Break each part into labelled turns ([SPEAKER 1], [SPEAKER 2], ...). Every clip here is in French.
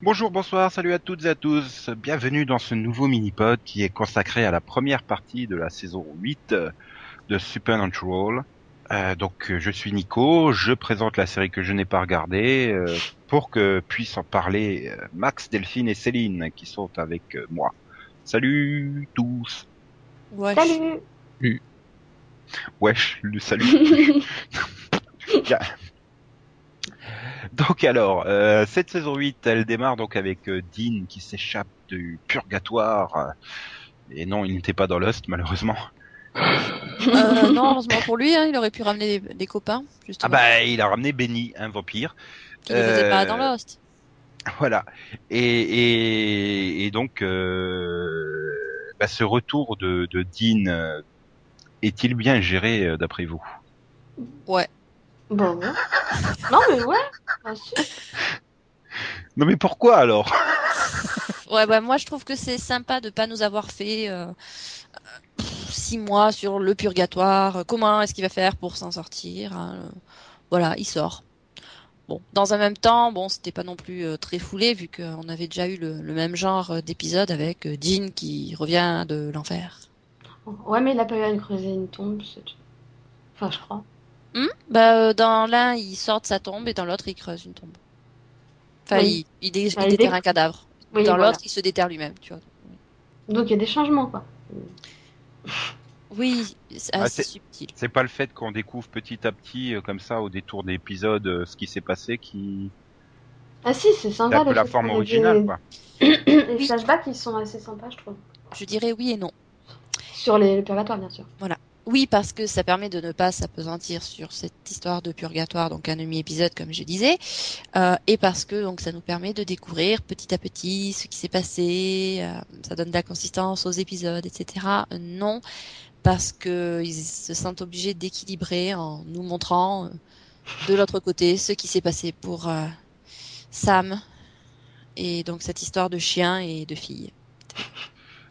[SPEAKER 1] Bonjour, bonsoir, salut à toutes et à tous. Bienvenue dans ce nouveau mini-pod qui est consacré à la première partie de la saison 8 de Supernatural. Euh, donc euh, je suis Nico, je présente la série que je n'ai pas regardée euh, pour que puissent en parler euh, Max, Delphine et Céline qui sont avec euh, moi. Salut tous.
[SPEAKER 2] Ouais.
[SPEAKER 3] Salut
[SPEAKER 1] Wesh, le salut. Donc alors, euh, cette saison 8, elle démarre donc avec euh, Dean qui s'échappe du purgatoire. euh, Et non, il n'était pas dans Lost, malheureusement.
[SPEAKER 2] Euh, non, heureusement pour lui, hein, il aurait pu ramener des, des copains,
[SPEAKER 1] Ah
[SPEAKER 2] justement.
[SPEAKER 1] bah, il a ramené Benny, un vampire.
[SPEAKER 2] qui ne faisait
[SPEAKER 1] euh,
[SPEAKER 2] pas dans Lost.
[SPEAKER 1] Voilà. Et, et, et donc, euh, bah, ce retour de, de Dean euh, est-il bien géré euh, d'après vous
[SPEAKER 3] Bon. Non mais ouais, bien sûr.
[SPEAKER 1] Non mais pourquoi alors
[SPEAKER 2] Ouais, bah, moi je trouve que c'est sympa de pas nous avoir fait euh, euh, pff, six mois sur le purgatoire. Euh, Comment est-ce qu'il va faire pour s'en sortir hein, euh, Voilà, il sort. Bon, dans un même temps, bon, c'était pas non plus euh, très foulé vu qu'on avait déjà eu le, le même genre euh, d'épisode avec euh, Dean qui revient de l'enfer.
[SPEAKER 3] Ouais mais il a pas eu à creuser une tombe, c'est tout. Enfin je crois.
[SPEAKER 2] Hmm bah, euh, dans l'un, il sort de sa tombe et dans l'autre, il creuse une tombe. Enfin,
[SPEAKER 3] Oui.
[SPEAKER 2] il, il, dé-
[SPEAKER 3] Bah,
[SPEAKER 2] Ah, il
[SPEAKER 3] il
[SPEAKER 2] déterre
[SPEAKER 3] dé-
[SPEAKER 2] un cadavre.
[SPEAKER 3] Oui,
[SPEAKER 2] dans
[SPEAKER 3] voilà.
[SPEAKER 2] l'autre, il se déterre lui-même, tu vois.
[SPEAKER 3] Donc il y a des changements quoi.
[SPEAKER 2] Oui, c'est
[SPEAKER 1] Ah,
[SPEAKER 2] assez
[SPEAKER 1] c'est-
[SPEAKER 2] subtil.
[SPEAKER 1] C'est pas le fait qu'on découvre petit à petit, euh, comme ça, au détour d'épisodes, euh, ce qui s'est passé qui
[SPEAKER 3] Ah si, c'est sympa.
[SPEAKER 1] un peu
[SPEAKER 3] le
[SPEAKER 1] la
[SPEAKER 3] fait
[SPEAKER 1] forme
[SPEAKER 3] qu'il y ait
[SPEAKER 1] originale,
[SPEAKER 3] des-
[SPEAKER 1] quoi.
[SPEAKER 3] les
[SPEAKER 2] Oui.
[SPEAKER 3] flashbacks ils sont assez sympas je trouve.
[SPEAKER 2] Je dirais oui et non.
[SPEAKER 3] Sur les, le purgatoire bien sûr.
[SPEAKER 2] Oui, parce que ça permet de ne pas s'apesantir sur cette histoire de purgatoire, donc un demi-épisode, comme je disais, euh, et parce que donc ça nous permet de découvrir petit à petit ce qui s'est passé, euh, ça donne de la consistance aux épisodes, etc. Euh, Non, parce que ils se sentent obligés d'équilibrer en nous montrant euh, de l'autre côté ce qui s'est passé pour euh, Sam et donc cette histoire de chien et de fille.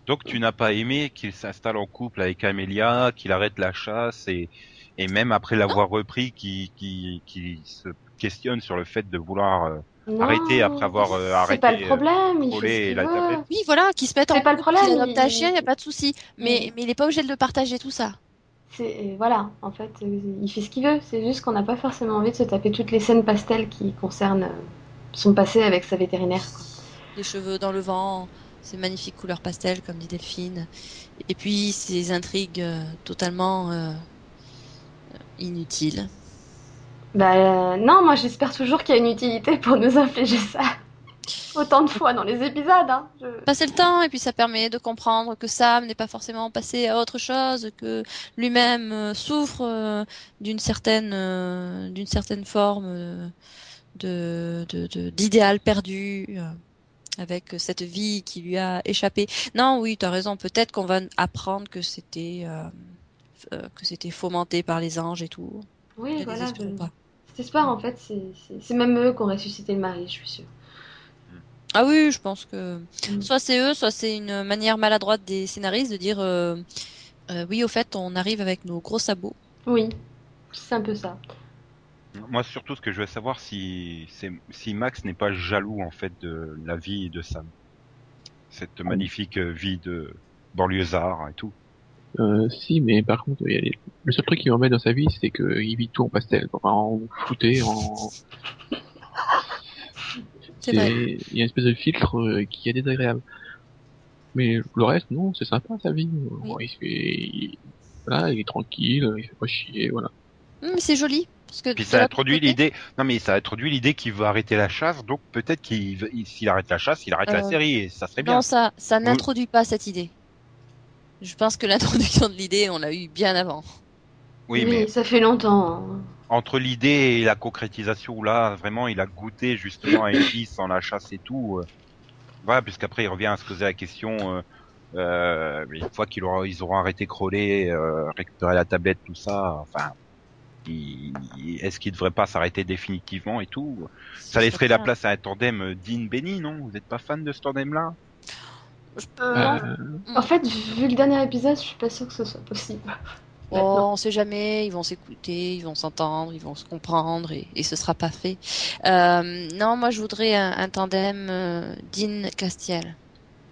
[SPEAKER 1] Donc tu n'as pas aimé qu'il s'installe en couple avec Amelia, qu'il arrête la chasse et, et même après l'avoir repris, qu'il qui, se questionne sur le fait de vouloir euh,
[SPEAKER 3] Non,
[SPEAKER 1] arrêter après avoir euh, arrêté.
[SPEAKER 3] C'est pas le
[SPEAKER 1] euh,
[SPEAKER 3] problème, il
[SPEAKER 1] voler
[SPEAKER 3] fait ce qu'il
[SPEAKER 1] la
[SPEAKER 3] veut.
[SPEAKER 1] tablette.
[SPEAKER 2] Oui, voilà, qui se mettent en
[SPEAKER 3] C'est pas le
[SPEAKER 2] couple, qui
[SPEAKER 3] problème,
[SPEAKER 2] adoptent
[SPEAKER 3] mais-
[SPEAKER 2] un chien, il Mm. n'y a pas de souci. Mais, mais il n'est pas obligé de le partager tout ça.
[SPEAKER 3] C'est et voilà, en fait, euh, il fait ce qu'il veut. C'est juste qu'on n'a pas forcément envie de se taper toutes les scènes pastel qui concernent euh, son passé avec sa vétérinaire. quoi.
[SPEAKER 2] Les cheveux dans le vent, ces magnifiques couleurs pastel, comme dit Delphine. Et puis ces intrigues euh, totalement euh, inutiles.
[SPEAKER 3] Bah euh, non, moi j'espère toujours qu'il y a une utilité pour nous infliger ça. Autant de fois dans les épisodes. Hein. Je...
[SPEAKER 2] Passer le temps, et puis ça permet de comprendre que Sam n'est pas forcément passé à autre chose, que lui-même euh, souffre euh, d'une certaine, euh, d'une certaine forme euh, de, de, de- d'idéal perdu euh, avec cette vie qui lui a échappé. Non, oui, tu as raison. Peut-être qu'on va apprendre que c'était euh, euh, que c'était fomenté par les anges et tout.
[SPEAKER 3] Oui,
[SPEAKER 2] Ne
[SPEAKER 3] voilà.
[SPEAKER 2] désespérons
[SPEAKER 3] je-
[SPEAKER 2] pas.
[SPEAKER 3] Cet espoir, en fait, c'est- c'est c'est même eux qui ont ressuscité le mari, je suis sûre.
[SPEAKER 2] Ah oui, je pense que
[SPEAKER 3] Mm.
[SPEAKER 2] soit c'est eux, soit c'est une manière maladroite des scénaristes de dire euh, euh, oui, au fait, on arrive avec nos gros sabots.
[SPEAKER 3] Oui, c'est un peu ça.
[SPEAKER 1] Moi surtout, ce que je veux savoir, si, c'est- si Max n'est pas jaloux en fait de la vie de Sam, cette magnifique euh, vie de banlieusard et tout.
[SPEAKER 4] Euh, si, mais par contre, il y a les- le seul truc qui m'embête dans sa vie, c'est qu'il vit tout en pastel, quoi. Enfin, en flouté, en...
[SPEAKER 2] C'est
[SPEAKER 4] c'est-
[SPEAKER 2] vrai.
[SPEAKER 1] Mm.
[SPEAKER 4] Il y a une espèce de filtre euh, qui est désagréable. Mais le reste, non, c'est sympa sa vie. Bon, il, se fait... il... Voilà, il est tranquille, il fait pas chier, voilà.
[SPEAKER 2] Hum, c'est joli. Parce que
[SPEAKER 1] Puis
[SPEAKER 2] de
[SPEAKER 1] ça
[SPEAKER 2] l'autre
[SPEAKER 1] introduit
[SPEAKER 2] côté-
[SPEAKER 1] l'idée. Non mais ça introduit l'idée qu'il veut arrêter la chasse, donc peut-être qu'il veut- il- s'il arrête la chasse, il arrête la
[SPEAKER 2] Euh,
[SPEAKER 1] série et ça serait bien. Mm.
[SPEAKER 2] Non, ça, ça
[SPEAKER 1] Vous-
[SPEAKER 2] n'introduit pas cette idée. Je pense que l'introduction de l'idée, on l'a eu bien avant.
[SPEAKER 1] Oui, mais
[SPEAKER 3] ça fait longtemps. hein.
[SPEAKER 1] entre l'idée et la concrétisation, où là vraiment il a goûté justement à une vie sans la chasse et tout. euh, Voilà, puisqu'après il revient à se poser la question. euh, euh, mais une fois qu'ils aura, ils auront arrêté Crowley, euh, récupéré la tablette, tout ça, enfin, il- il- est-ce qu'il devrait pas s'arrêter définitivement et tout Ça laisserait la place à un tandem Dean Benny, non Vous n'êtes pas fan de ce tandem-là
[SPEAKER 2] Je peux-
[SPEAKER 4] Euh,
[SPEAKER 2] Euh,
[SPEAKER 3] En fait, vu le dernier épisode, je suis pas sûre que ce soit possible.
[SPEAKER 2] Oh, on sait jamais, ils vont s'écouter, ils vont s'entendre, ils vont se comprendre et, et ce sera pas fait. Euh, non, moi je voudrais un, un tandem euh, Dean Castiel.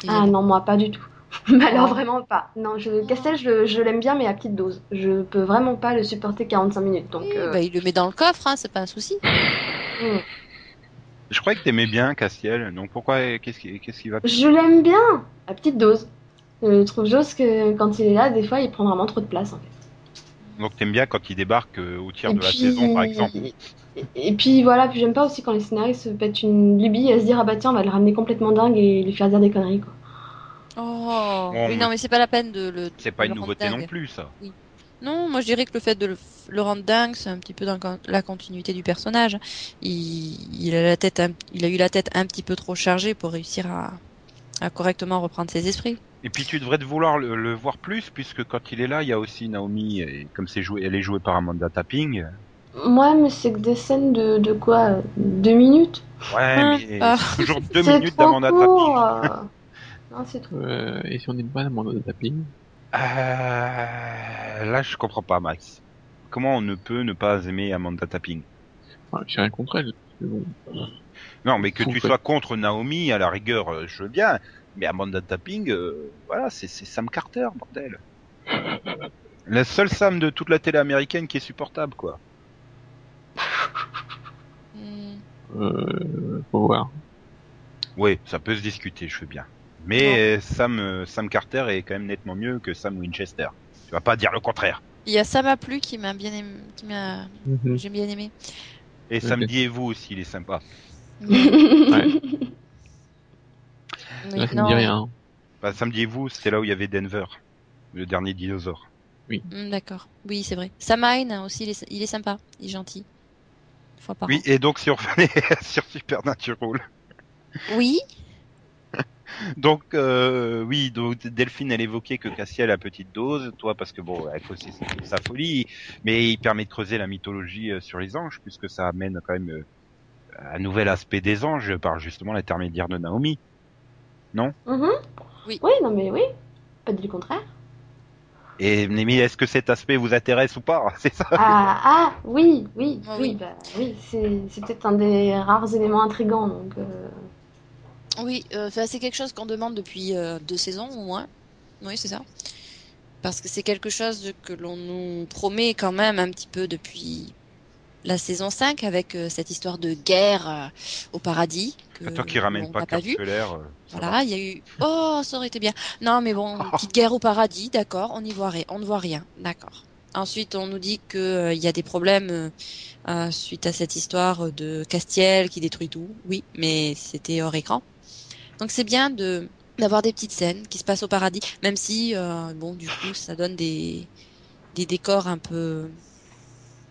[SPEAKER 2] Et-
[SPEAKER 3] Ah non, moi pas du tout. Mais alors
[SPEAKER 2] Oh.
[SPEAKER 3] vraiment pas. Non, je, Castel, je, je l'aime bien, mais à petite dose. Je peux vraiment pas le supporter 45 minutes. Donc,
[SPEAKER 2] Oui,
[SPEAKER 3] euh, hmm.
[SPEAKER 2] bah, il le met dans le coffre, hein, c'est pas un souci.
[SPEAKER 1] Je croyais que t'aimais bien Castiel, donc pourquoi qu'est-ce qui qu'est-ce qui va
[SPEAKER 3] je l'aime bien, à petite dose. Je trouve juste que quand il est là, des fois, il prend vraiment trop de place. En fait.
[SPEAKER 1] Donc t'aimes bien quand il débarque euh, au tiers
[SPEAKER 3] Et
[SPEAKER 1] de la
[SPEAKER 3] puis-
[SPEAKER 1] saison par exemple.
[SPEAKER 3] Et, et puis voilà, puis j'aime pas aussi quand les scénaristes se pètent une lubie à se dire ah bah tiens, on va le ramener complètement dingue et lui faire dire des conneries quoi.
[SPEAKER 2] Oh,
[SPEAKER 1] Bon,
[SPEAKER 2] oui,
[SPEAKER 1] mais-
[SPEAKER 2] non, mais c'est pas la peine de le.
[SPEAKER 1] C'est
[SPEAKER 2] de
[SPEAKER 1] pas
[SPEAKER 2] le
[SPEAKER 1] une
[SPEAKER 2] rendre
[SPEAKER 1] nouveauté
[SPEAKER 2] dingue.
[SPEAKER 1] non plus ça.
[SPEAKER 2] Non, moi je dirais que le fait de le, f- le rendre dingue, c'est un petit peu dans le con- la continuité du personnage. Il, il a la tête, un- il a eu la tête un petit peu trop chargée pour réussir à, à correctement reprendre ses esprits.
[SPEAKER 1] Et puis tu devrais te vouloir le, le voir plus puisque quand il est là, il y a aussi Naomi et comme c'est joué elle est jouée par Amanda Tapping.
[SPEAKER 3] Moi, mais c'est que des scènes de, de quoi euh, Deux minutes
[SPEAKER 1] Ouais, mais
[SPEAKER 2] Ah.
[SPEAKER 1] c'est toujours deux
[SPEAKER 3] C'est
[SPEAKER 1] minutes
[SPEAKER 3] trop
[SPEAKER 1] d'Amanda Tapping.
[SPEAKER 3] court, euh. Non, c'est trop.
[SPEAKER 4] Euh, et si on est pas à mon tapping
[SPEAKER 1] Euh, là, je comprends pas Max. Comment on ne peut ne pas aimer Amanda Tapping
[SPEAKER 4] enfin, J'ai rien contre elle. mais bon.
[SPEAKER 1] Non, mais que
[SPEAKER 4] Faut
[SPEAKER 1] tu
[SPEAKER 4] que-
[SPEAKER 1] sois contre Naomi à la rigueur, euh, je veux bien, mais Amanda Tapping euh, voilà, c'est c'est Sam Carter, bordel. La seule Sam de toute la télé américaine qui est supportable quoi.
[SPEAKER 2] Hmm.
[SPEAKER 4] Euh, faut voir.
[SPEAKER 1] Oui, ça peut se discuter, je veux bien. Mais euh, Sam, euh, Sam Carter est quand même nettement mieux que Sam Winchester. Tu vas pas dire le contraire.
[SPEAKER 2] Il y a ça m'a plu qui m'a bien aimé, qui m'a,
[SPEAKER 4] Hmm.
[SPEAKER 2] j'ai bien aimé.
[SPEAKER 1] Et
[SPEAKER 4] Ok.
[SPEAKER 1] Sam et vous aussi, il est sympa.
[SPEAKER 2] Mais- mais
[SPEAKER 4] Là, ça
[SPEAKER 2] non.
[SPEAKER 4] me dit rien.
[SPEAKER 1] Bah, Sam et vous, c'était là où il y avait Denver, le dernier dinosaure.
[SPEAKER 2] Hmm, D'accord. Oui, c'est vrai. Samhain hein, aussi, il est, il est sympa, il est gentil. Une fois par
[SPEAKER 1] Oui, et donc si on revenait sur Supernatural.
[SPEAKER 2] an. Oui.
[SPEAKER 1] Donc euh, oui, donc Delphine, elle évoquait que Cassiel à petite dose, toi parce que bon, elle faut aussi sa folie, mais il permet de creuser la mythologie euh, sur les anges puisque ça amène quand même euh, un nouvel aspect des anges par justement l'intermédiaire de Naomi.
[SPEAKER 3] Mhm.
[SPEAKER 2] Oui.
[SPEAKER 3] Oui, non mais oui. Pas dit le contraire.
[SPEAKER 1] Et Némi, est-ce que cet aspect vous intéresse ou pas C'est ça
[SPEAKER 3] Ah, ah, oui, oui,
[SPEAKER 2] Ah oui.
[SPEAKER 3] oui, bah, oui, c'est c'est peut-être un des rares éléments intrigants, donc... euh,
[SPEAKER 2] Oui, euh, enfin, c'est quelque chose qu'on demande depuis euh, deux saisons au moins. Oui, c'est ça. Parce que c'est quelque chose de- que l'on nous promet quand même un petit peu depuis la saison 5 avec euh, cette histoire de guerre euh, au paradis que
[SPEAKER 1] Toi qui ramène
[SPEAKER 2] Euh, on
[SPEAKER 1] pas
[SPEAKER 2] n'a pas vu.
[SPEAKER 1] Corpusculaire, euh, ça va.
[SPEAKER 2] Voilà, il y a eu oh, ça aurait été bien. Non, mais bon, petite guerre au paradis, d'accord, on y voit rien, on ne voit rien, d'accord. Ensuite, on nous dit que euh, il y a des problèmes euh, euh, suite à cette histoire de Castiel qui détruit tout. Oui, mais c'était hors écran. Donc c'est bien de d'avoir des petites scènes qui se passent au paradis, même si euh, bon, du coup, ça donne des des décors un peu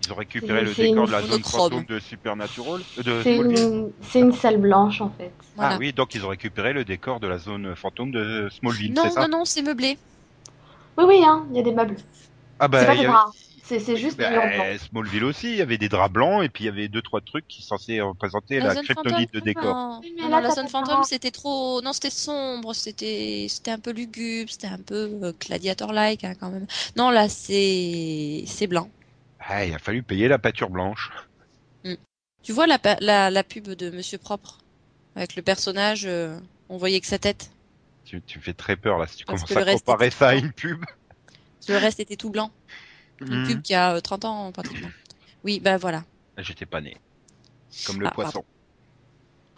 [SPEAKER 1] Ils ont récupéré le
[SPEAKER 3] C'est une
[SPEAKER 1] décor de la zone
[SPEAKER 2] monochrome.
[SPEAKER 1] fantôme de Supernatural. euh, de
[SPEAKER 3] C'est
[SPEAKER 1] Smallville.
[SPEAKER 3] une, c'est une salle blanche, en fait.
[SPEAKER 2] voilà.
[SPEAKER 1] Ah oui, donc ils ont récupéré le décor de la zone fantôme de Smallville,
[SPEAKER 2] non,
[SPEAKER 1] c'est ça
[SPEAKER 2] non, non, c'est meublé.
[SPEAKER 3] Oui, oui, hein, il y a des meubles.
[SPEAKER 1] Ah
[SPEAKER 3] c'est pas
[SPEAKER 1] il
[SPEAKER 3] des
[SPEAKER 1] y avait-
[SPEAKER 3] draps, c'est c'est juste des murs
[SPEAKER 1] Bah,
[SPEAKER 3] blancs.
[SPEAKER 1] Smallville aussi, il y avait des draps blancs et puis il y avait deux trois trucs qui sont censés représenter
[SPEAKER 2] La
[SPEAKER 1] la,
[SPEAKER 2] zone
[SPEAKER 1] kryptonite de
[SPEAKER 2] fantôme,
[SPEAKER 1] décor.
[SPEAKER 2] non.
[SPEAKER 3] Oui, mais
[SPEAKER 2] Non,
[SPEAKER 3] là,
[SPEAKER 2] la
[SPEAKER 3] t'as
[SPEAKER 2] zone
[SPEAKER 3] pas de
[SPEAKER 2] fantôme,
[SPEAKER 3] parents.
[SPEAKER 2] c'était trop. Non, c'était sombre, c'était c'était un peu lugubre, c'était un peu euh, gladiator-like hein, quand même. Non, là, c'est c'est blanc.
[SPEAKER 1] Ah, il a fallu payer la pâture blanche.
[SPEAKER 2] Tu vois la, pa- la, la pub de Monsieur Propre avec le personnage, euh, on voyait que sa tête.
[SPEAKER 1] Tu, tu fais très peur là si tu
[SPEAKER 2] Parce que
[SPEAKER 1] commences à
[SPEAKER 2] le reste
[SPEAKER 1] comparer
[SPEAKER 2] était
[SPEAKER 1] ça à
[SPEAKER 2] blanc.
[SPEAKER 1] une pub.
[SPEAKER 2] Le reste était tout blanc. Une
[SPEAKER 1] Hmm.
[SPEAKER 2] pub qui a euh, 30 ans pratiquement. Oui, bah voilà.
[SPEAKER 1] J'étais pas né. Comme le
[SPEAKER 2] Ah,
[SPEAKER 1] poisson.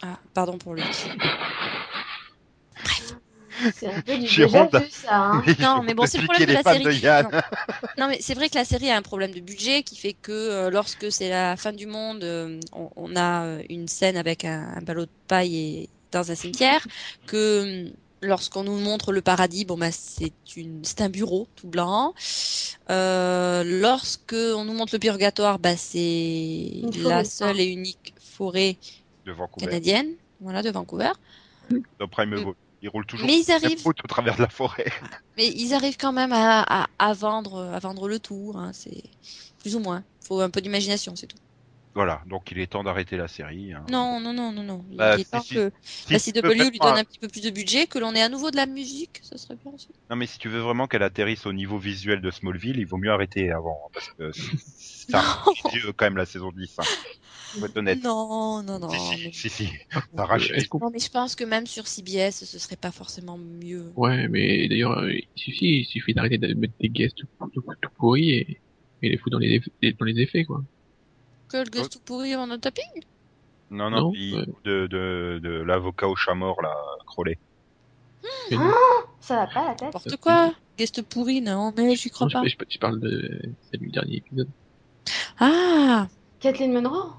[SPEAKER 2] Ah, pardon pour le.
[SPEAKER 3] C'est un peu du
[SPEAKER 1] J'ai
[SPEAKER 3] déjà
[SPEAKER 1] honte.
[SPEAKER 3] vu, ça, hein.
[SPEAKER 2] Non, mais bon, c'est le
[SPEAKER 1] Piquer
[SPEAKER 2] problème de
[SPEAKER 1] les
[SPEAKER 2] la
[SPEAKER 1] pattes
[SPEAKER 2] série.
[SPEAKER 1] de Yann.
[SPEAKER 2] Non. Non, mais c'est vrai que la série a un problème de budget qui fait que euh, lorsque c'est la fin du monde, euh, on, on a euh, une scène avec un, un ballot de paille et dans un cimetière, que euh, lorsqu'on nous montre le paradis, bon bah c'est une c'est un bureau tout blanc. Euh, lorsque on nous montre le purgatoire, bah c'est
[SPEAKER 3] Une forêt,
[SPEAKER 2] la
[SPEAKER 3] quoi.
[SPEAKER 2] seule et unique forêt
[SPEAKER 1] De Vancouver.
[SPEAKER 2] canadienne, voilà de Vancouver.
[SPEAKER 1] Dans Prime
[SPEAKER 2] Mm.
[SPEAKER 1] Evil. Ils roulent toujours
[SPEAKER 2] Mais ils
[SPEAKER 1] sur la
[SPEAKER 2] arrivent.
[SPEAKER 1] route au travers de la forêt.
[SPEAKER 2] Mais ils arrivent quand même à, à, à vendre, à vendre le tout. Hein, c'est plus ou moins. Faut un peu d'imagination, c'est tout.
[SPEAKER 1] Voilà, donc il est temps d'arrêter la série. hein.
[SPEAKER 2] Non, non, non, non, non. Il
[SPEAKER 1] Bah,
[SPEAKER 2] est
[SPEAKER 1] si,
[SPEAKER 2] temps
[SPEAKER 1] si.
[SPEAKER 2] que
[SPEAKER 1] Si
[SPEAKER 2] la
[SPEAKER 1] tu veux
[SPEAKER 2] CW lui
[SPEAKER 1] vraiment-
[SPEAKER 2] donne un petit peu plus de budget, que l'on ait à nouveau de la musique, ça serait bien aussi.
[SPEAKER 1] Non, mais si tu veux vraiment qu'elle atterrisse au niveau visuel de Smallville, il vaut mieux arrêter avant. hein, Parce que c'est- ça
[SPEAKER 2] Non.
[SPEAKER 1] arrache les yeux, quand même la saison 10. Hein. Faut être honnête.
[SPEAKER 2] Non, non, non.
[SPEAKER 1] si,
[SPEAKER 2] mais-
[SPEAKER 1] si, si, si. Ça arrache les
[SPEAKER 4] Euh, Est-ce qu'on-
[SPEAKER 2] Non, mais je pense que même sur CBS, ce serait pas forcément mieux.
[SPEAKER 4] Ouais, mais d'ailleurs, euh, il suffit, il suffit d'arrêter de mettre des guests tout, tout, tout pourris et, et les foutre dans les, eff- dans les effets, quoi.
[SPEAKER 2] Que le gosse tout pourri en un tapping
[SPEAKER 1] Non, non,
[SPEAKER 4] Non,
[SPEAKER 1] puis
[SPEAKER 4] ouais.
[SPEAKER 1] de, de, de l'avocat au chat mort, là, Crowley.
[SPEAKER 4] Et-
[SPEAKER 3] Ça va pas la tête
[SPEAKER 2] N'importe quoi. Guest pourri, non, mais j'y crois
[SPEAKER 4] non, je,
[SPEAKER 2] pas.
[SPEAKER 4] je, je parle de c'est du dernier épisode.
[SPEAKER 2] Ah
[SPEAKER 3] Kathleen Monroe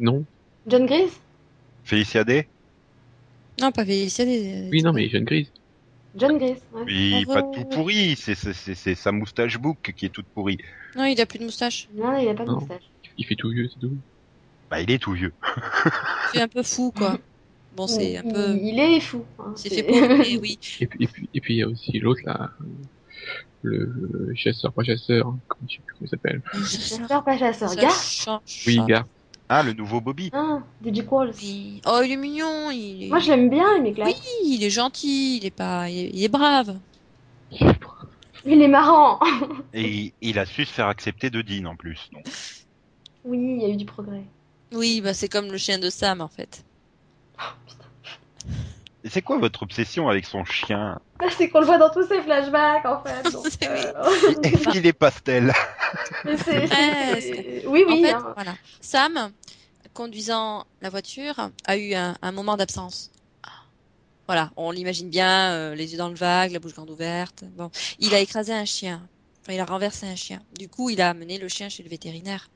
[SPEAKER 4] Non,
[SPEAKER 3] John Grease
[SPEAKER 1] Félicia Day
[SPEAKER 2] Non, pas Vélicia. Des...
[SPEAKER 4] oui, non, mais Jeune Grise.
[SPEAKER 3] John Grease, ouais.
[SPEAKER 1] Puis
[SPEAKER 2] Ah,
[SPEAKER 1] pas
[SPEAKER 2] ouais.
[SPEAKER 1] tout pourri, c'est- c'est c'est- c'est sa moustache bouc qui est toute pourrie.
[SPEAKER 2] Non, il a plus de moustache.
[SPEAKER 3] Non, il a pas de
[SPEAKER 4] Non.
[SPEAKER 3] moustache.
[SPEAKER 4] Il fait tout vieux, c'est tout.
[SPEAKER 1] Bah, il est tout vieux.
[SPEAKER 2] C'est un peu fou, quoi. Bon, c'est un
[SPEAKER 3] Il-
[SPEAKER 2] peu...
[SPEAKER 3] Il est fou. hein,
[SPEAKER 2] C'est
[SPEAKER 3] c'est-
[SPEAKER 2] fait pour, mais oui.
[SPEAKER 4] Et puis, et puis, et puis, il y a aussi l'autre, là, le, le chasseur, pas chasseur, hein, comment, je sais plus comment il s'appelle.
[SPEAKER 3] Chasseur, pas chasseur.
[SPEAKER 2] Ça
[SPEAKER 3] Garf
[SPEAKER 2] change.
[SPEAKER 4] Oui, Gar.
[SPEAKER 1] Ah, le nouveau Bobby.
[SPEAKER 3] hein, DJ Qualls.
[SPEAKER 2] Oui. Oh, il est mignon. Il est...
[SPEAKER 3] Moi, je l'aime bien, il m'éclate.
[SPEAKER 2] Oui, il est gentil. Il est pas... Il est, il est brave.
[SPEAKER 3] Il est marrant.
[SPEAKER 2] Ah.
[SPEAKER 1] Et il, il a su se faire accepter de Dean en plus. Donc.
[SPEAKER 3] Oui, il y a eu du progrès.
[SPEAKER 2] Oui, bah, c'est comme le chien de Sam, en fait.
[SPEAKER 1] Et c'est quoi votre obsession avec son chien
[SPEAKER 3] Ah, C'est qu'on le voit dans tous ces flashbacks, en fait. donc,
[SPEAKER 2] C'est
[SPEAKER 3] euh,
[SPEAKER 2] Bah.
[SPEAKER 1] Est-ce qu'il est pastel
[SPEAKER 3] mais c'est-
[SPEAKER 2] Presque.
[SPEAKER 3] c'est- Oui,
[SPEAKER 2] en
[SPEAKER 3] oui.
[SPEAKER 2] fait,
[SPEAKER 3] hein.
[SPEAKER 2] voilà. Sam, conduisant la voiture, a eu un, un moment d'absence. Voilà, on l'imagine bien, euh, les yeux dans le vague, la bouche grande ouverte. Bon, il a écrasé un chien. Enfin, il a renversé un chien. Du coup, il a amené le chien chez le vétérinaire.